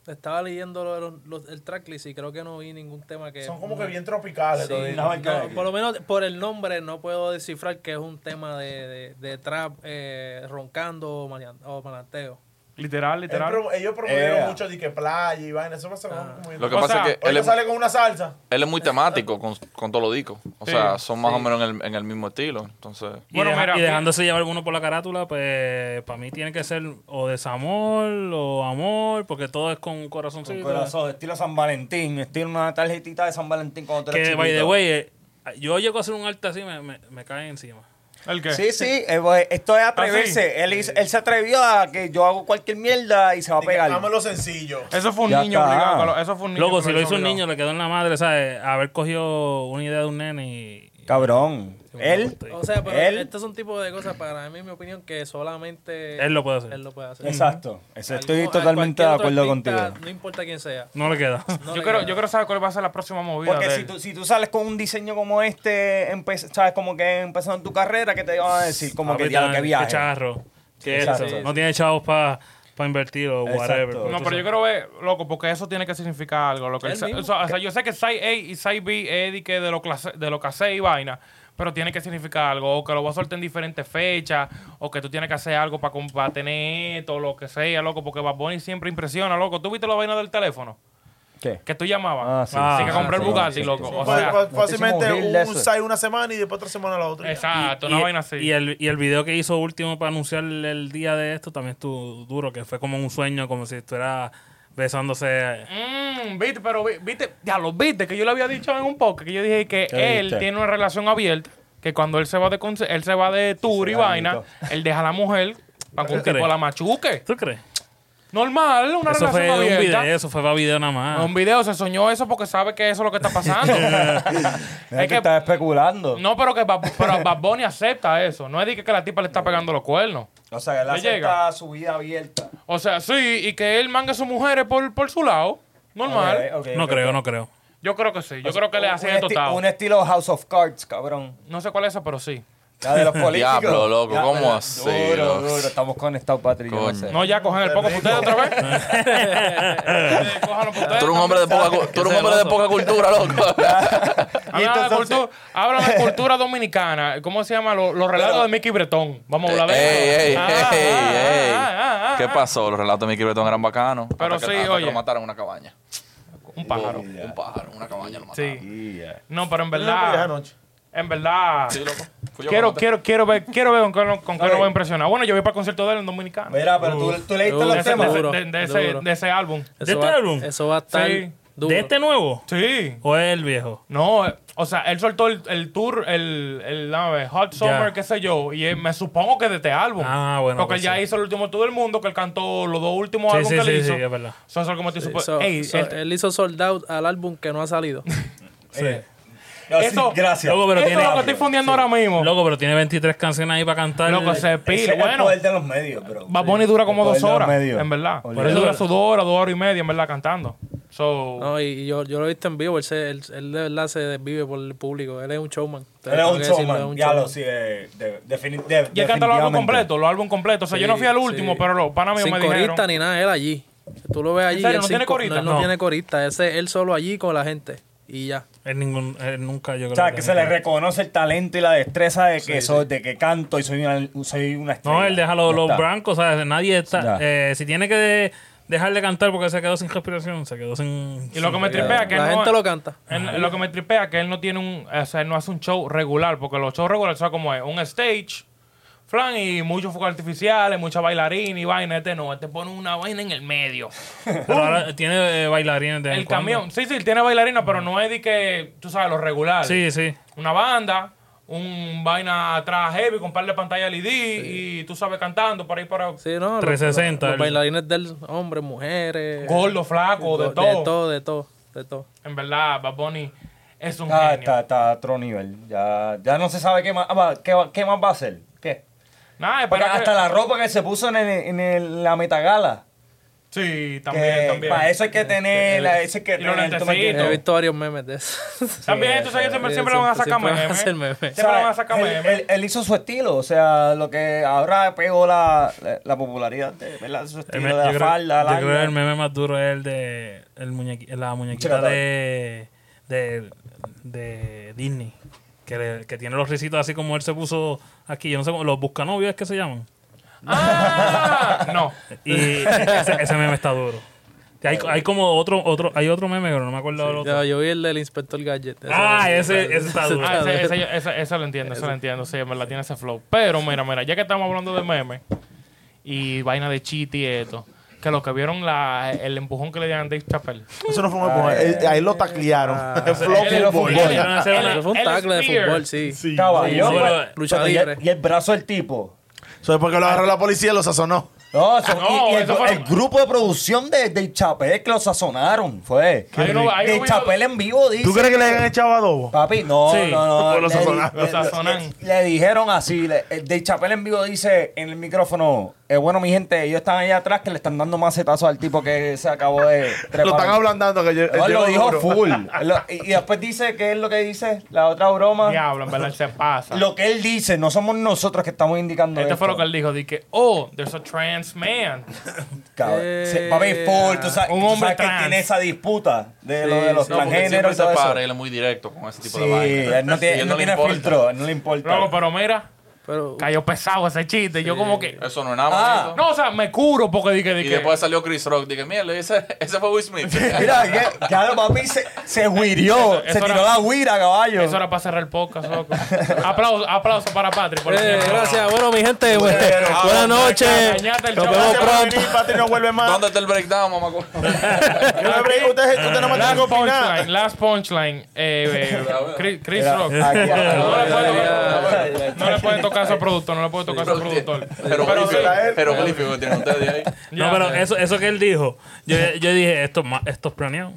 Speaker 7: estaba leyendo lo de los- los- el tracklist y creo que no vi ningún tema que...
Speaker 9: Son como que bien tropicales.
Speaker 7: Sí,
Speaker 9: todo eso.
Speaker 7: no, por lo menos por el nombre no puedo descifrar que es un tema de, de, de trap eh, roncando o malean- o maleanteo.
Speaker 1: Literal,
Speaker 2: Eh,
Speaker 9: Él
Speaker 1: literal.
Speaker 9: pro- ellos promovieron
Speaker 2: Ea.
Speaker 9: mucho de que playa y vaina. Eso pasa como- como bien-
Speaker 8: Lo que
Speaker 1: O
Speaker 8: pasa
Speaker 1: sea,
Speaker 8: es que él
Speaker 9: Ahorita
Speaker 8: es,
Speaker 9: sale con una salsa.
Speaker 8: él es muy temático con, con todos los discos. O
Speaker 1: Sí,
Speaker 8: sea, son más o menos en el, en el mismo estilo. Entonces,
Speaker 3: Y,
Speaker 1: Bueno,
Speaker 3: deja-
Speaker 1: mira,
Speaker 3: y
Speaker 1: mira.
Speaker 3: dejándose llevar uno por la carátula, pues para mí tiene que ser o desamor o amor, porque todo es con un
Speaker 2: Con
Speaker 3: corazoncito.
Speaker 2: corazón, estilo San Valentín, estilo una tarjetita de San Valentín cuando tú eres
Speaker 3: que, by the
Speaker 2: chiquito.
Speaker 3: way, eh, yo llego a hacer un arte así, me, me, me cae encima.
Speaker 1: ¿El qué?
Speaker 2: Sí, sí, eh, pues, esto es atreverse. Él, hizo- él se atrevió a que yo hago cualquier mierda y se va a
Speaker 9: Dije,
Speaker 2: pegar.
Speaker 9: Dámelo sencillo.
Speaker 1: Eso fue un
Speaker 2: Ya
Speaker 1: niño
Speaker 2: está.
Speaker 1: obligado, que lo- eso fue un niño.
Speaker 3: Loco,
Speaker 1: que
Speaker 3: si lo hizo un
Speaker 1: obligado.
Speaker 3: niño, le quedó en la madre, ¿sabes? Haber cogido una idea de un nene y,
Speaker 2: Cabrón. Él.
Speaker 7: O sea, pero
Speaker 2: él.
Speaker 7: este es un tipo de cosas, para mí, en mi opinión, que solamente
Speaker 3: Él lo puede hacer.
Speaker 7: él lo puede hacer.
Speaker 2: Exacto. Eso estoy
Speaker 7: Algún- a
Speaker 2: totalmente de
Speaker 7: cualquier otro
Speaker 2: acuerdo
Speaker 7: artista,
Speaker 2: contigo.
Speaker 7: No importa quién sea.
Speaker 3: No le queda.
Speaker 7: no
Speaker 1: yo,
Speaker 7: le
Speaker 1: quiero,
Speaker 7: queda.
Speaker 1: yo quiero saber cuál va a ser la próxima movida.
Speaker 2: Porque
Speaker 1: de
Speaker 2: si
Speaker 1: él.
Speaker 2: tú, si tú sales con un diseño como este, empe- ¿sabes? Como que empezando tu carrera, ¿qué te van a decir?
Speaker 3: *laughs*
Speaker 2: Como que
Speaker 3: Papi,
Speaker 2: diablo,
Speaker 3: tan-
Speaker 2: que viaje.
Speaker 3: Qué charro. Qué
Speaker 2: Exacto.
Speaker 3: esto. No tiene chavos para invertir o
Speaker 2: Exacto.
Speaker 3: whatever.
Speaker 1: No,
Speaker 3: Tú
Speaker 1: pero yo
Speaker 3: sabes.
Speaker 1: quiero ver, loco, porque eso tiene que significar algo. Lo que
Speaker 7: Él
Speaker 1: el sa-
Speaker 7: mismo.
Speaker 1: o sea, o sea, yo sé que Side A y Side B es de que de lo, clase, de lo que hace y vaina, pero tiene que significar algo. O que lo vas a soltar en diferentes fechas, o que tú tienes que hacer algo para combatir esto, lo que sea, loco, porque Bad Bunny siempre impresiona, loco. ¿Tú viste la vaina del teléfono?
Speaker 2: ¿Qué?
Speaker 1: Que tú llamabas.
Speaker 2: Ah, sí.
Speaker 1: que
Speaker 3: Ah,
Speaker 1: compré el
Speaker 2: sí,
Speaker 1: Bugatti,
Speaker 2: sí,
Speaker 1: loco.
Speaker 2: sí,
Speaker 1: O
Speaker 2: sí.
Speaker 1: sea,
Speaker 2: no te
Speaker 9: fácilmente
Speaker 2: hicimos reír de
Speaker 9: un
Speaker 2: eso.
Speaker 9: side una semana y después otra semana la otra.
Speaker 1: exacto,
Speaker 3: y,
Speaker 1: una vaina así.
Speaker 3: y el, y el video que hizo último para anunciar el, el día de esto también estuvo duro, que fue como un sueño, como si estuviera besándose.
Speaker 1: Mm, viste, pero vi- viste, ya lo viste, que yo le había dicho en un podcast, que yo dije que
Speaker 2: ¿Qué
Speaker 1: él
Speaker 2: viste?
Speaker 1: tiene una relación abierta, que cuando él se va de conce- él se va de tour y
Speaker 2: va,
Speaker 1: vaina, él deja a la mujer para que un tipo
Speaker 3: crees?
Speaker 1: la machuque.
Speaker 3: ¿Tú crees?
Speaker 1: Normal, una
Speaker 3: Eso fue
Speaker 1: relación
Speaker 3: un
Speaker 1: abierta.
Speaker 3: video, eso fue para video nada más.
Speaker 1: Un video se soñó eso porque sabe que eso es lo que está
Speaker 2: *laughs*
Speaker 1: pasando.
Speaker 2: Mira
Speaker 1: es
Speaker 2: que,
Speaker 1: que
Speaker 2: estás especulando.
Speaker 1: no, pero que Bad, pero Bad Bunny acepta eso. No es de que, que la tipa le está pegando los cuernos.
Speaker 2: O sea, él
Speaker 1: Le
Speaker 2: acepta
Speaker 1: llega.
Speaker 2: su vida abierta.
Speaker 1: O sea, sí, y que él manga a sus mujeres por, por su lado. Normal.
Speaker 2: Ok, ok,
Speaker 3: no
Speaker 2: ok.
Speaker 3: creo, no creo.
Speaker 1: Yo creo que sí. Yo creo que le
Speaker 2: Un
Speaker 1: hacen el
Speaker 2: esti-
Speaker 1: tostado.
Speaker 2: Un estilo House of Cards, cabrón.
Speaker 1: No sé cuál es esa, pero sí.
Speaker 2: La
Speaker 7: *laughs*
Speaker 2: de los políticos.
Speaker 8: Diablo, loco,
Speaker 2: Ya,
Speaker 8: ¿cómo
Speaker 2: pero-
Speaker 8: así,
Speaker 2: Duro,
Speaker 8: loco?
Speaker 2: duro. Estamos conectados, Patrick. yo No,
Speaker 8: Coño.
Speaker 2: sé.
Speaker 1: No, ya cogen el poco para ustedes otra vez. Eh, Cójanlo para
Speaker 8: Tú
Speaker 1: ustedes.
Speaker 8: eres un hombre de poca, cu- tú eres un hombre de poca cultura, loco.
Speaker 1: *laughs* Háblame de, cultu- háblame de cultura dominicana. ¿Cómo se llama? Lo- Los, relatos de Mickey Bretón. Vamos a hablar de eso.
Speaker 8: ey, ey,
Speaker 1: Ah,
Speaker 8: ey, ey.
Speaker 1: ah, ah, ah,
Speaker 8: ¿Qué
Speaker 1: ah.
Speaker 8: pasó? Los relatos de Mickey Breton eran bacanos.
Speaker 1: Pero
Speaker 8: hasta
Speaker 1: sí,
Speaker 8: que, hasta que
Speaker 1: oye.
Speaker 8: lo mataron en una cabaña.
Speaker 1: Un pájaro.
Speaker 8: Un pájaro, en una cabaña lo mataron.
Speaker 1: Sí. No, pero en
Speaker 9: Esa
Speaker 1: verdad.
Speaker 9: noche.
Speaker 1: En verdad.
Speaker 8: Sí, loco. Fui yo que
Speaker 1: Quiero,
Speaker 8: maté.
Speaker 1: quiero, quiero ver, quiero ver con qué, no- con qué
Speaker 2: Ok.
Speaker 1: nos va a impresionar. Bueno, yo voy para el concierto de él en Dominicano. De
Speaker 2: Mira, pero tú, tú leíste
Speaker 7: Uh,
Speaker 2: los
Speaker 1: ese,
Speaker 2: temas.
Speaker 1: de-
Speaker 7: duro,
Speaker 1: de- de
Speaker 7: duro.
Speaker 1: ese- de ese álbum.
Speaker 7: Eso
Speaker 3: ¿De este
Speaker 7: va-
Speaker 3: álbum?
Speaker 7: Eso va a estar
Speaker 1: Sí.
Speaker 7: duro.
Speaker 3: ¿De este nuevo?
Speaker 1: Sí.
Speaker 3: ¿O es el viejo?
Speaker 1: No, eh, o sea, él soltó el, el tour, el, el a ver, Hot Summer,
Speaker 3: Ya.
Speaker 1: qué sé yo, y eh, me supongo que de este álbum.
Speaker 3: Ah, bueno,
Speaker 1: Porque
Speaker 3: pues
Speaker 1: él ya
Speaker 3: sí.
Speaker 1: hizo el último tour del mundo, que él cantó los dos últimos
Speaker 3: Sí,
Speaker 1: álbumes
Speaker 3: sí,
Speaker 1: que
Speaker 3: sí,
Speaker 1: él hizo.
Speaker 3: sí, es verdad.
Speaker 1: So, eso es como te supo-
Speaker 7: So-
Speaker 1: Ey, este-
Speaker 7: so-
Speaker 1: él-
Speaker 2: eh,
Speaker 7: él hizo sold out al álbum que no ha salido.
Speaker 3: Sí.
Speaker 2: Eh, No, sí,
Speaker 1: Eso-
Speaker 2: gracias.
Speaker 3: Loco, pero
Speaker 1: eso
Speaker 3: tiene-
Speaker 1: es lo que estoy fundiendo ahora mismo.
Speaker 3: Loco, pero tiene 23 canciones ahí para cantar.
Speaker 1: Loco, se
Speaker 2: Ese
Speaker 1: pila.
Speaker 2: es el
Speaker 1: Bueno,
Speaker 2: poder de los medios, bro.
Speaker 1: Bad Bunny dura como
Speaker 2: El poder
Speaker 1: dos
Speaker 2: de
Speaker 1: horas,
Speaker 2: los medios.
Speaker 1: en verdad.
Speaker 2: Olvídate.
Speaker 1: Por eso dura su dos horas, dos horas y media, en verdad, cantando. So,
Speaker 7: No, y- y yo, yo lo he visto en vivo. Él, se- él, él de verdad se desvive por el público. Él es un showman.
Speaker 2: Él es
Speaker 7: Tengo
Speaker 2: un
Speaker 7: que decirlo, es
Speaker 2: showman.
Speaker 7: un
Speaker 2: Ya lo
Speaker 7: showman.
Speaker 2: sí. eh, de- defini- de-
Speaker 1: y él canta los álbumes
Speaker 2: definitivamente.
Speaker 1: completos, los álbumes completos. O sea, yo no fui al
Speaker 7: Sí,
Speaker 1: último,
Speaker 7: sí.
Speaker 1: pero los panas míos
Speaker 7: Sin
Speaker 1: me dijeron.
Speaker 7: corista ni nada, él allí. Tú lo ves allí.
Speaker 1: serio?
Speaker 7: él
Speaker 1: ¿No
Speaker 7: sin
Speaker 1: tiene
Speaker 7: co-
Speaker 1: corista?
Speaker 7: No, él no
Speaker 1: No.
Speaker 7: tiene corista. Ese, él solo allí con la gente. Y ya.
Speaker 3: Él ningún, él nunca, yo creo.
Speaker 2: O sea,
Speaker 3: que
Speaker 2: que se le
Speaker 3: nunca-
Speaker 2: reconoce el talento y la destreza de que, soy, de que canto y soy una, soy una estrella.
Speaker 3: No, él deja los,
Speaker 2: Ya
Speaker 3: los
Speaker 2: está.
Speaker 3: blancos, ¿sabes? Nadie está.
Speaker 2: Ya.
Speaker 3: eh, si tiene que de- dejar de cantar porque se quedó sin respiración, se quedó sin.
Speaker 1: Y lo que
Speaker 3: sin-
Speaker 1: me tripea que
Speaker 7: la
Speaker 1: no-
Speaker 7: gente lo canta.
Speaker 1: Él- lo que me tripea es que él no tiene un, o sea, él no hace un show regular, porque los shows regulares son como es, un stage, flan y muchos fuegos artificiales, mucha bailarina y vaina. Este no, este pone una vaina en el medio.
Speaker 3: *laughs* Pero ahora tiene eh, bailarines de vez en
Speaker 1: El
Speaker 3: cuando.
Speaker 1: camión, sí, sí, él tiene bailarina, pero no es de que, tú sabes, lo regular.
Speaker 3: Sí, sí.
Speaker 1: Una banda, un vaina atrás heavy con un par de pantallas LED y tú sabes cantando por ahí para
Speaker 7: Sí, ¿no? Los-
Speaker 3: 360,
Speaker 7: Los,
Speaker 3: él-
Speaker 7: bailarines del hombre, mujeres.
Speaker 1: gordo, flaco, de, todo.
Speaker 7: De todo, de todo. de todo.
Speaker 1: En verdad, Bad Bunny es un
Speaker 2: Ah,
Speaker 1: genio.
Speaker 2: está, está a otro nivel. Ya, ya no se sabe qué más, ah, va, qué, va- qué más va a hacer. ¿Qué?
Speaker 1: Nada,
Speaker 2: Porque
Speaker 1: espera que-
Speaker 2: hasta la ropa que se puso en, el- en el- la metagala.
Speaker 1: Sí,
Speaker 2: que
Speaker 1: también, también. Este,
Speaker 2: Para eso hay que tener. la- eso hay que
Speaker 1: Y los
Speaker 2: tener, ¿tú me
Speaker 1: lentecitos.
Speaker 2: entiendes?
Speaker 7: He visto varios memes de eso.
Speaker 1: *laughs* También,
Speaker 2: Sí,
Speaker 1: entonces ellos siempre,
Speaker 7: sí,
Speaker 1: siempre le van a sacar
Speaker 7: siempre van a
Speaker 1: memes.
Speaker 7: hacer memes.
Speaker 1: Siempre
Speaker 2: O sea,
Speaker 1: le van a sacar
Speaker 2: él-
Speaker 1: memes.
Speaker 2: él, él hizo su estilo, o sea, lo que ahora pegó la, la, la popularidad de ¿verdad? su
Speaker 3: El
Speaker 2: estilo
Speaker 3: me-
Speaker 2: de la
Speaker 3: yo, creo,
Speaker 2: falda,
Speaker 3: yo
Speaker 2: larga.
Speaker 3: creo que el meme más duro es el de el muñequi- la muñequita
Speaker 2: Chica,
Speaker 3: de, de, de Disney. Que, le- que tiene los risitos así como él se puso aquí. Yo no sé cómo. Los buscanovios es que se llaman.
Speaker 1: Ah, no.
Speaker 3: Y ese, ese meme está duro. Hay, hay como otro, otro, hay otro meme, pero no me acuerdo
Speaker 7: *laughs*
Speaker 3: del otro.
Speaker 7: Yo, yo vi el del inspector Gadget. Ese-
Speaker 3: ah, ese, ese
Speaker 7: *laughs*
Speaker 3: está duro.
Speaker 1: Ah, ese, ese- ese- ese lo entiendo, eso lo entiendo. Sí, en verdad tiene ese flow. Pero mira, mira, ya que estamos hablando de memes y vaina de chiti y esto, que los que vieron la, el empujón que le dieron a Dave Chappelle.
Speaker 9: Eso no fue un empujón. Él- Ahí lo taclearon.
Speaker 2: Ah.
Speaker 9: Flow
Speaker 1: Él- él-
Speaker 9: fútbol.
Speaker 1: él-
Speaker 3: Van a hacer una-
Speaker 7: Pero fue un
Speaker 1: Él-
Speaker 7: tackle de
Speaker 1: Spears.
Speaker 7: fútbol, sí.
Speaker 2: Caballo,
Speaker 3: sí,
Speaker 2: pues,
Speaker 3: pero-
Speaker 7: lucha
Speaker 2: pero y el-
Speaker 7: libre.
Speaker 2: Y, el brazo del tipo.
Speaker 9: Eso es porque lo agarró la policía y lo sazonó.
Speaker 2: No, eso-
Speaker 1: Ah, No,
Speaker 2: y, y el,
Speaker 1: eso fueron-
Speaker 2: el grupo de producción de, de Chapel que lo sazonaron fue.
Speaker 1: Hay uno- hay
Speaker 2: de
Speaker 1: uno-
Speaker 2: Chapel en vivo dice.
Speaker 9: ¿Tú crees que le hayan echado adobo?
Speaker 2: Papi, no,
Speaker 3: Sí,
Speaker 2: no,
Speaker 1: *laughs*
Speaker 2: no.
Speaker 1: o lo
Speaker 2: le di-
Speaker 1: sazonan- lo
Speaker 2: le-
Speaker 1: sazonan.
Speaker 2: Le, le dijeron así. le- el de Chapel en vivo dice en el micrófono: eh, Bueno, mi gente, ellos están allá atrás que le están dando macetazos al tipo que se acabó de.
Speaker 9: Lo están
Speaker 2: trepar".
Speaker 9: ablandando. Que yo,
Speaker 2: No,
Speaker 9: yo
Speaker 2: lo dijo
Speaker 9: duro. *laughs*
Speaker 2: full. Él lo- y, y después dice, ¿qué es lo que dice? La otra broma.
Speaker 1: Diablo, en verdad él se pasa.
Speaker 2: Lo que él dice, no somos nosotros que estamos indicando
Speaker 1: Esto
Speaker 2: esto.
Speaker 1: Este fue lo que él dijo, de que, oh, there's a trans man.
Speaker 2: Cabrón.
Speaker 7: Eh,
Speaker 2: Sí, papi, full, tú sabes,
Speaker 1: un
Speaker 2: tú
Speaker 1: hombre
Speaker 2: sabes que él
Speaker 1: trans.
Speaker 2: tiene esa disputa de lo de los
Speaker 7: No,
Speaker 8: porque
Speaker 7: porque
Speaker 8: él
Speaker 2: transgéneros
Speaker 8: siempre
Speaker 2: y
Speaker 8: se
Speaker 2: todo eso.
Speaker 8: para, él es muy directo con ese tipo
Speaker 2: Sí,
Speaker 8: de vainas.
Speaker 2: él no
Speaker 8: Y
Speaker 2: tiene, él no
Speaker 8: le
Speaker 2: tiene
Speaker 8: importa.
Speaker 2: filtro, él no le importa.
Speaker 1: Luego, pero mira,
Speaker 7: Pero eh,
Speaker 1: cayó pesado ese chiste. Yo como que...
Speaker 8: Eso no es nada
Speaker 2: Ah,
Speaker 8: bonito.
Speaker 1: No, o sea, me curo porque dije,
Speaker 8: Y
Speaker 1: dije...
Speaker 8: después salió Chris Rock. Dije, mira, le dice, ese *laughs* fue Will Smith.
Speaker 2: *laughs* Mira, que- claro, papi se, se huirió,
Speaker 1: Eso- eso
Speaker 2: se tiró
Speaker 1: era-
Speaker 2: la huira, caballo.
Speaker 1: Eso era para cerrar el podcast, loco. aplauso, aplauso para Patrick. Por
Speaker 7: Eh,
Speaker 1: ejemplo.
Speaker 7: gracias. Bueno, mi gente, pues, *laughs* buenas noches.
Speaker 1: Dañate el
Speaker 7: Nos
Speaker 1: chavo.
Speaker 7: vemos
Speaker 9: Gracias por
Speaker 7: pronto.
Speaker 9: venir, Patri no vuelve más.
Speaker 8: ¿Dónde está el breakdown, mamá?
Speaker 9: Yo no break, Usted, usted no me tiene
Speaker 1: Last
Speaker 9: que opinar.
Speaker 1: punchline, last punchline. Eh, eh, Chris, Chris
Speaker 2: Era-
Speaker 1: Rock.
Speaker 2: aquí, aquí,
Speaker 1: No le puede
Speaker 7: Ya,
Speaker 1: tocar- no le puede tocar a su productor, no le puede tocar a su productor.
Speaker 8: Pero
Speaker 1: Pero sí,
Speaker 8: jeroglífico que tienen ustedes ahí.
Speaker 1: Ya,
Speaker 3: No, pero
Speaker 1: eh.
Speaker 3: eso, eso que él dijo, yo, yo dije, esto, es ma- esto es planeado.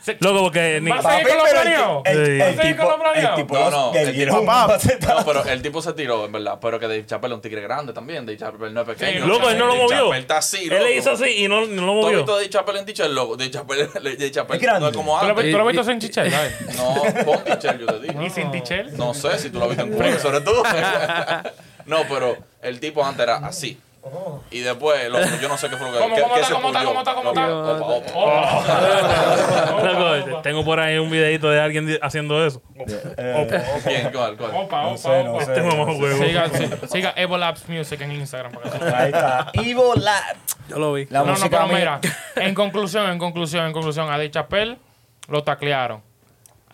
Speaker 1: Se-
Speaker 3: Loco, porque ni-
Speaker 1: Va a
Speaker 2: Papi,
Speaker 1: seguir con lo
Speaker 2: pero el-
Speaker 1: planeado.
Speaker 2: el- el
Speaker 3: Sí.
Speaker 1: ¿Así que
Speaker 2: tipo-
Speaker 1: lo planeado?
Speaker 2: el tipo
Speaker 8: No,
Speaker 2: los-
Speaker 8: no,
Speaker 2: del
Speaker 8: el
Speaker 2: viejo
Speaker 8: tipo-
Speaker 2: papá se está-
Speaker 8: No, pero el tipo se tiró, en verdad. Pero que Dave Chappelle es un tigre grande también. Dave Chappelle no es pequeño.
Speaker 1: loco, él
Speaker 3: no lo
Speaker 8: Dave
Speaker 3: movió.
Speaker 8: Chappelle está así,
Speaker 3: él
Speaker 8: loco.
Speaker 3: le hizo así y no, no lo
Speaker 8: ¿Tú has
Speaker 3: movió.
Speaker 8: visto a Dave Chappelle en Teacher, loco? Dave Chappelle, *laughs* Dave Chappelle
Speaker 2: Es grande.
Speaker 8: no es como
Speaker 1: ¿Tú lo,
Speaker 8: antes.
Speaker 1: tú lo has visto sin Tichel? ¿sabes?
Speaker 8: No, con Teacher, yo te digo.
Speaker 1: ¿Y sin Tichel?
Speaker 8: No sé si tú lo viste en Cuba, sobre tú. no, pero el tipo antes era así. Y después, loco, yo no sé qué fue lo que
Speaker 1: ¿Cómo,
Speaker 8: qué-
Speaker 1: cómo
Speaker 8: qué
Speaker 1: está,
Speaker 8: se
Speaker 1: cómo está,
Speaker 8: pulió.
Speaker 1: cómo está, cómo está? Oh.
Speaker 8: Loco, opa, opa.
Speaker 3: *laughs* Loco, este, tengo por ahí un videito de alguien di- haciendo eso.
Speaker 8: ¿Quién? ¿Cuál? ¿Cuál?
Speaker 1: Opa, opa,
Speaker 2: sé, no
Speaker 1: opa.
Speaker 2: sé.
Speaker 3: Este mamá huevo.
Speaker 1: Siga, sí, siga Evo Labs Music en Instagram. para que sepa.
Speaker 2: *laughs* Ahí está.
Speaker 8: *laughs*
Speaker 2: Evil Lab.
Speaker 7: Yo lo vi.
Speaker 2: La
Speaker 1: No, no,
Speaker 2: música
Speaker 1: pero
Speaker 2: mía-
Speaker 1: mira. En conclusión, en conclusión, en conclusión, a De Chapel lo taclearon.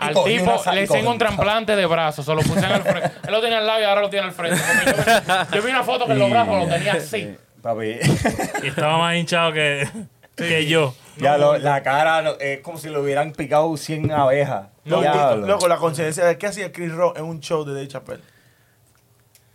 Speaker 1: Al
Speaker 2: cogió
Speaker 1: tipo
Speaker 2: una sa-
Speaker 1: le
Speaker 2: y cogió
Speaker 1: hicieron un
Speaker 2: una sa-
Speaker 1: trasplante de brazos, se lo pusieron al frente. Él lo tiene al lado y ahora lo tiene al frente. Porque Yo vi, yo vi una foto que los brazos lo tenía así.
Speaker 2: eh, Papi. *laughs*
Speaker 3: Y estaba más hinchado que, que yo.
Speaker 2: Ya lo- la cara lo- es como si le hubieran picado 100 abejas.
Speaker 9: Loco,
Speaker 2: Diablo.
Speaker 9: Loco, la conciencia de qué hacía Chris Rock en un show de Dave Chappelle.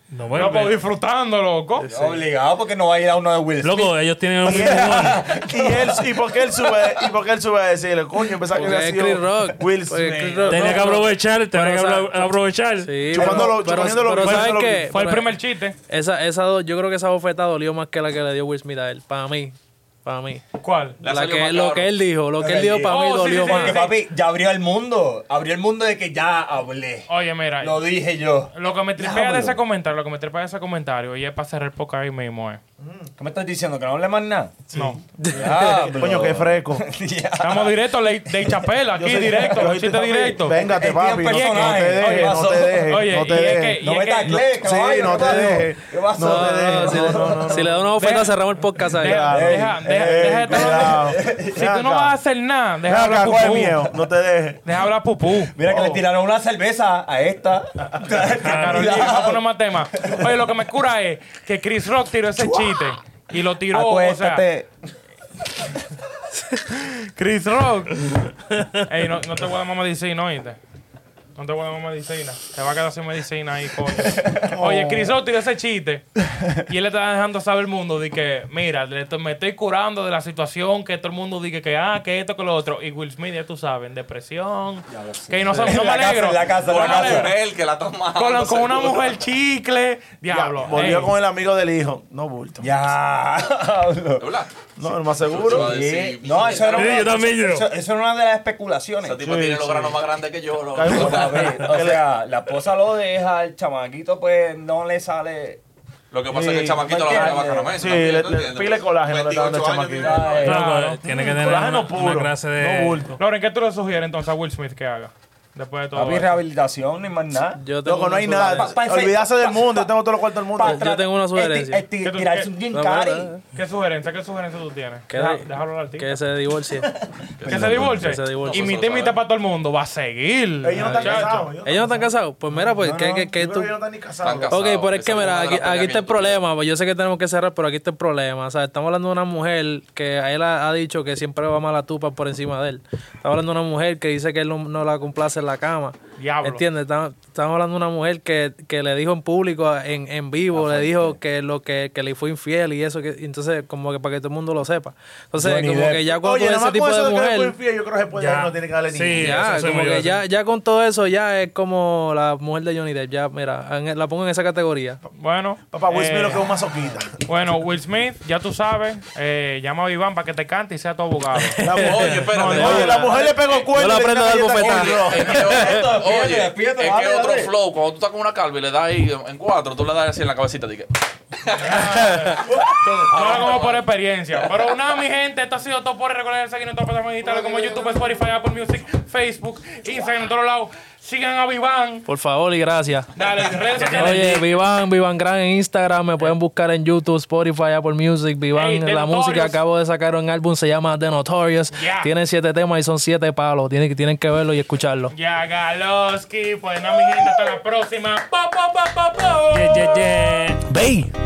Speaker 3: No, bueno,
Speaker 1: Loco,
Speaker 3: pero-
Speaker 1: disfrutando, pues, loco.
Speaker 2: Eh, Obligado porque no va a ir a uno de Will Smith.
Speaker 3: pues, loco, ellos tienen un
Speaker 9: y él y por qué él sube y por qué él sube a decirle coño pensaba que
Speaker 7: Porque
Speaker 9: había
Speaker 7: es
Speaker 9: sido
Speaker 7: Chris Rock.
Speaker 9: Will
Speaker 7: Porque
Speaker 9: Smith
Speaker 7: Chris Rock-
Speaker 3: Tenía que
Speaker 7: no, no.
Speaker 3: aprovechar, tenía que
Speaker 7: Pero,
Speaker 3: apro-
Speaker 7: o sea,
Speaker 3: aprovechar.
Speaker 7: Sí,
Speaker 9: Chupándolo-
Speaker 7: pero-
Speaker 9: chupándolo-
Speaker 7: pero ¿saben
Speaker 9: chupándolo
Speaker 7: qué?
Speaker 9: bien.
Speaker 1: Fue el
Speaker 7: Pero-
Speaker 1: primer chiste.
Speaker 7: Esa, esa, do- yo creo que esa bofetada dolió más que la que le dio Will Smith a él. Para mí. Para mí.
Speaker 1: ¿Cuál?
Speaker 8: Le ha
Speaker 7: La
Speaker 8: salido
Speaker 7: que,
Speaker 8: más
Speaker 7: lo
Speaker 8: cabrón.
Speaker 7: que él dijo,
Speaker 2: Lo
Speaker 7: lo que él
Speaker 2: que él
Speaker 7: dijo para
Speaker 1: dijo.
Speaker 7: mí
Speaker 1: Oh, sí,
Speaker 7: dolió
Speaker 1: sí, sí,
Speaker 7: más.
Speaker 2: Porque,
Speaker 1: sí.
Speaker 2: papi, ya abrió el mundo. Abrió el mundo de que ya hablé.
Speaker 1: Oye, mira.
Speaker 2: Lo dije yo.
Speaker 1: Lo que me tripea
Speaker 2: Diablo.
Speaker 1: de ese comentario, lo que me tripea de ese comentario, y es para cerrar el podcast ahí mismo, eh.
Speaker 2: ¿Qué me estás diciendo? ¿Que no hable más nada?
Speaker 1: No.
Speaker 2: Diablo.
Speaker 9: coño *laughs* qué fresco
Speaker 2: Diablo.
Speaker 1: Estamos directos, le- de Chapel, aquí
Speaker 9: Yo sé-
Speaker 1: directo,
Speaker 9: yo
Speaker 1: los
Speaker 9: te-
Speaker 1: chistes directos.
Speaker 9: véngate
Speaker 2: Es que
Speaker 9: papi
Speaker 2: es
Speaker 9: no, no
Speaker 2: personaje.
Speaker 9: te dejes no
Speaker 2: Oye,
Speaker 9: te dejes
Speaker 1: oye,
Speaker 9: no te
Speaker 1: y es
Speaker 9: dejes
Speaker 1: que-
Speaker 2: No
Speaker 1: y
Speaker 2: me
Speaker 1: es que-
Speaker 2: taclees,
Speaker 9: Sí,
Speaker 2: caballo.
Speaker 9: no
Speaker 2: ¿qué
Speaker 9: te
Speaker 2: pasó?
Speaker 9: dejes.
Speaker 2: ¿Qué pasó?
Speaker 7: No, no, no, si, le- si le da una bofeta,
Speaker 1: Deja-
Speaker 7: cerramos el podcast ahí.
Speaker 1: deja-
Speaker 9: Ey,
Speaker 1: deja- deja-
Speaker 9: ey,
Speaker 1: deja de estar
Speaker 9: cuidado.
Speaker 1: hablando. Si
Speaker 9: Ven
Speaker 1: tú no
Speaker 9: acá.
Speaker 1: vas a hacer nada,
Speaker 9: Ven
Speaker 1: deja
Speaker 9: acá,
Speaker 1: hablar
Speaker 9: coge miedo,
Speaker 1: pupú.
Speaker 9: no te dejes
Speaker 1: Deja hablar pupú.
Speaker 2: Mira que le tiraron una cerveza a esta.
Speaker 1: Carolina, vamos
Speaker 2: *laughs*
Speaker 1: a poner más temas. Oye, lo que me cura es que Chris Rock tiró ese chiste y lo tiró, o
Speaker 2: Acuéstate.
Speaker 1: sea, Chris Rock. *laughs* Ey, no, no te voy a dar más medicina, oíste. No te voy a dar más medicina. Te va a quedar sin medicina ahí,
Speaker 2: *laughs*
Speaker 1: coño.
Speaker 2: Oh.
Speaker 1: Oye, Chris Rock tiró ese chiste y él le está dejando saber al mundo de que, mira, le estoy- me estoy curando de la situación que todo el mundo dice que, ah, que esto, que lo otro. Y Will Smith, ya tú sabes, en depresión. Que no, no me
Speaker 2: *laughs* En la casa,
Speaker 1: alegro.
Speaker 2: en la casa, en
Speaker 8: Con
Speaker 2: la
Speaker 8: una
Speaker 2: casa.
Speaker 8: mujer que la está mamando,
Speaker 1: Con, la- con una
Speaker 8: seguro.
Speaker 1: mujer chicle. Diablo.
Speaker 9: volvió
Speaker 1: ey.
Speaker 9: con el amigo del hijo no bulto
Speaker 2: Diablo.
Speaker 8: ¿De verdad?
Speaker 9: no el más
Speaker 8: Se va a
Speaker 9: seguro
Speaker 8: decir,
Speaker 2: No, eso era
Speaker 3: Sí,
Speaker 2: una,
Speaker 3: yo también, yo.
Speaker 2: eso- eso era una de las especulaciones.
Speaker 8: Ese tipo tiene los granos más grandes que yo, loco.
Speaker 2: Bueno,
Speaker 8: *laughs*
Speaker 2: a ver, o sea, la esposa lo deja, el chamaquito pues no le sale.
Speaker 8: Lo que pasa es que
Speaker 9: Sí,
Speaker 8: el
Speaker 2: ¿me
Speaker 8: chamaquito lo agarra
Speaker 2: entiendes?
Speaker 8: más caramelo.
Speaker 9: Sí, le- le- pile colágeno le está dando el chamaquito.
Speaker 2: Ay,
Speaker 3: Loco,
Speaker 1: Claro.
Speaker 3: tiene que tener
Speaker 9: Colágeno
Speaker 3: una,
Speaker 9: puro,
Speaker 3: una clase de.
Speaker 9: no bulto.
Speaker 1: Loren, ¿qué tú le sugieres entonces a Will Smith que haga? Después de todo.
Speaker 2: Papi,
Speaker 1: esto?
Speaker 2: rehabilitación, ni más nada.
Speaker 7: Yo tengo
Speaker 9: Loco, no
Speaker 7: una
Speaker 9: hay
Speaker 7: sugerencia.
Speaker 9: nada.
Speaker 2: Pa- pa-
Speaker 9: Olvidarse del
Speaker 2: pa-
Speaker 9: mundo.
Speaker 2: pa-
Speaker 9: Yo tengo todo el cuarto del mundo.
Speaker 2: Pa' atrás-
Speaker 7: tengo una sugerencia.
Speaker 2: esti- esti-
Speaker 1: ¿Qué tú-
Speaker 2: tirarse
Speaker 1: qué-
Speaker 2: un gin
Speaker 7: No, bueno,
Speaker 2: cari.
Speaker 7: eh.
Speaker 1: ¿Qué sugerencia, qué sugerencia tú tienes?
Speaker 7: Que,
Speaker 1: Deja- Déjalo hablar, tío.
Speaker 7: que se divorcie.
Speaker 1: Que se divorcie.
Speaker 7: que se divorcie.
Speaker 1: Y
Speaker 8: No,
Speaker 1: mi
Speaker 8: eso lo
Speaker 1: temita
Speaker 8: sabe.
Speaker 1: para todo el mundo va a seguir.
Speaker 9: Ellos no están
Speaker 1: muchacho.
Speaker 9: casados. Ellos
Speaker 7: ¿Ellos no están casados? Pues mira, pues,
Speaker 9: no,
Speaker 7: que,
Speaker 9: no,
Speaker 7: que- que
Speaker 9: yo creo
Speaker 7: tú-
Speaker 9: que ellos no están ni
Speaker 8: Están
Speaker 9: casados.
Speaker 8: casados.
Speaker 7: Ok, pero es
Speaker 8: Esa
Speaker 7: que
Speaker 8: es una
Speaker 7: mira,
Speaker 8: de las
Speaker 7: aquí,
Speaker 8: pocas
Speaker 7: aquí
Speaker 8: que
Speaker 7: está el
Speaker 8: yo tuve.
Speaker 7: problema. pues, Yo sé que tenemos que cerrar, pero aquí está el problema. O sea, estamos hablando de una mujer que a él ha, ha dicho que siempre va mala tupa por encima de él. Estamos hablando de una mujer que dice que él no, no la complace en la cama.
Speaker 1: Diablo.
Speaker 7: ¿Entiendes? Estamos, estamos hablando de una mujer que, que le dijo en público, en, en vivo, le dijo que lo que, que le fue infiel y eso. Que, y entonces, como que para que todo el mundo lo sepa. Entonces,
Speaker 2: Johnny
Speaker 7: como
Speaker 2: Depp.
Speaker 7: que ya cuando
Speaker 9: nada
Speaker 7: ese
Speaker 9: más
Speaker 7: tipo
Speaker 9: con eso
Speaker 7: de
Speaker 9: que le fue
Speaker 7: mujer...
Speaker 9: infiel, yo creo que después de
Speaker 3: Ya.
Speaker 9: ahí no tiene que darle ni
Speaker 3: Sí,
Speaker 7: Ya,
Speaker 3: Eso soy
Speaker 7: como
Speaker 3: yo,
Speaker 7: que
Speaker 3: sí.
Speaker 7: ya, ya con todo eso ya es como la mujer de Johnny Depp. Ya, mira, en- la pongo en esa categoría.
Speaker 1: Bueno.
Speaker 9: Papá, Will
Speaker 1: eh,
Speaker 9: Smith lo que es un masoquista.
Speaker 1: Bueno, Will Smith, ya tú sabes, eh, llama a Iván para que te cante y sea tu abogado.
Speaker 9: La mujer-
Speaker 8: Oye, espérate.
Speaker 1: No,
Speaker 9: Oye, la mujer le pegó cuerno.
Speaker 7: la aprendo a dar bofetadas.
Speaker 8: Es que, oye, es
Speaker 2: despierta,
Speaker 8: que
Speaker 2: dale,
Speaker 8: otro
Speaker 2: dale.
Speaker 8: flow, cuando tú estás con una calva y le das ahí en cuatro, tú le das así en la cabecita. Dije,
Speaker 1: Ahora como por experiencia. Pero nada, mi gente, esto ha sido todo por el recorrer seguirnos en todas las plataformas digitales como YouTube, Spotify, Apple Music, Facebook, Instagram, en todos lados. Sigan a Viván.
Speaker 7: Por favor y gracias.
Speaker 1: Dale, redes sociales.
Speaker 7: Oye, Vivan, Vivan Gran en Instagram, me pueden buscar en YouTube, Spotify, Apple Music, Vivan,
Speaker 1: Ey, The
Speaker 7: la
Speaker 1: Notorious.
Speaker 7: música acabo de sacar un álbum, se llama The Notorious,
Speaker 1: Yeah.
Speaker 7: tiene siete temas y son siete palos, tienen, que- tienen que verlo y escucharlo.
Speaker 1: Ya, Galoski. Pues nada, mi gente, hasta la próxima. Po, po, po, po, po.
Speaker 3: Yeah, yeah, yeah.
Speaker 7: ¡Bey!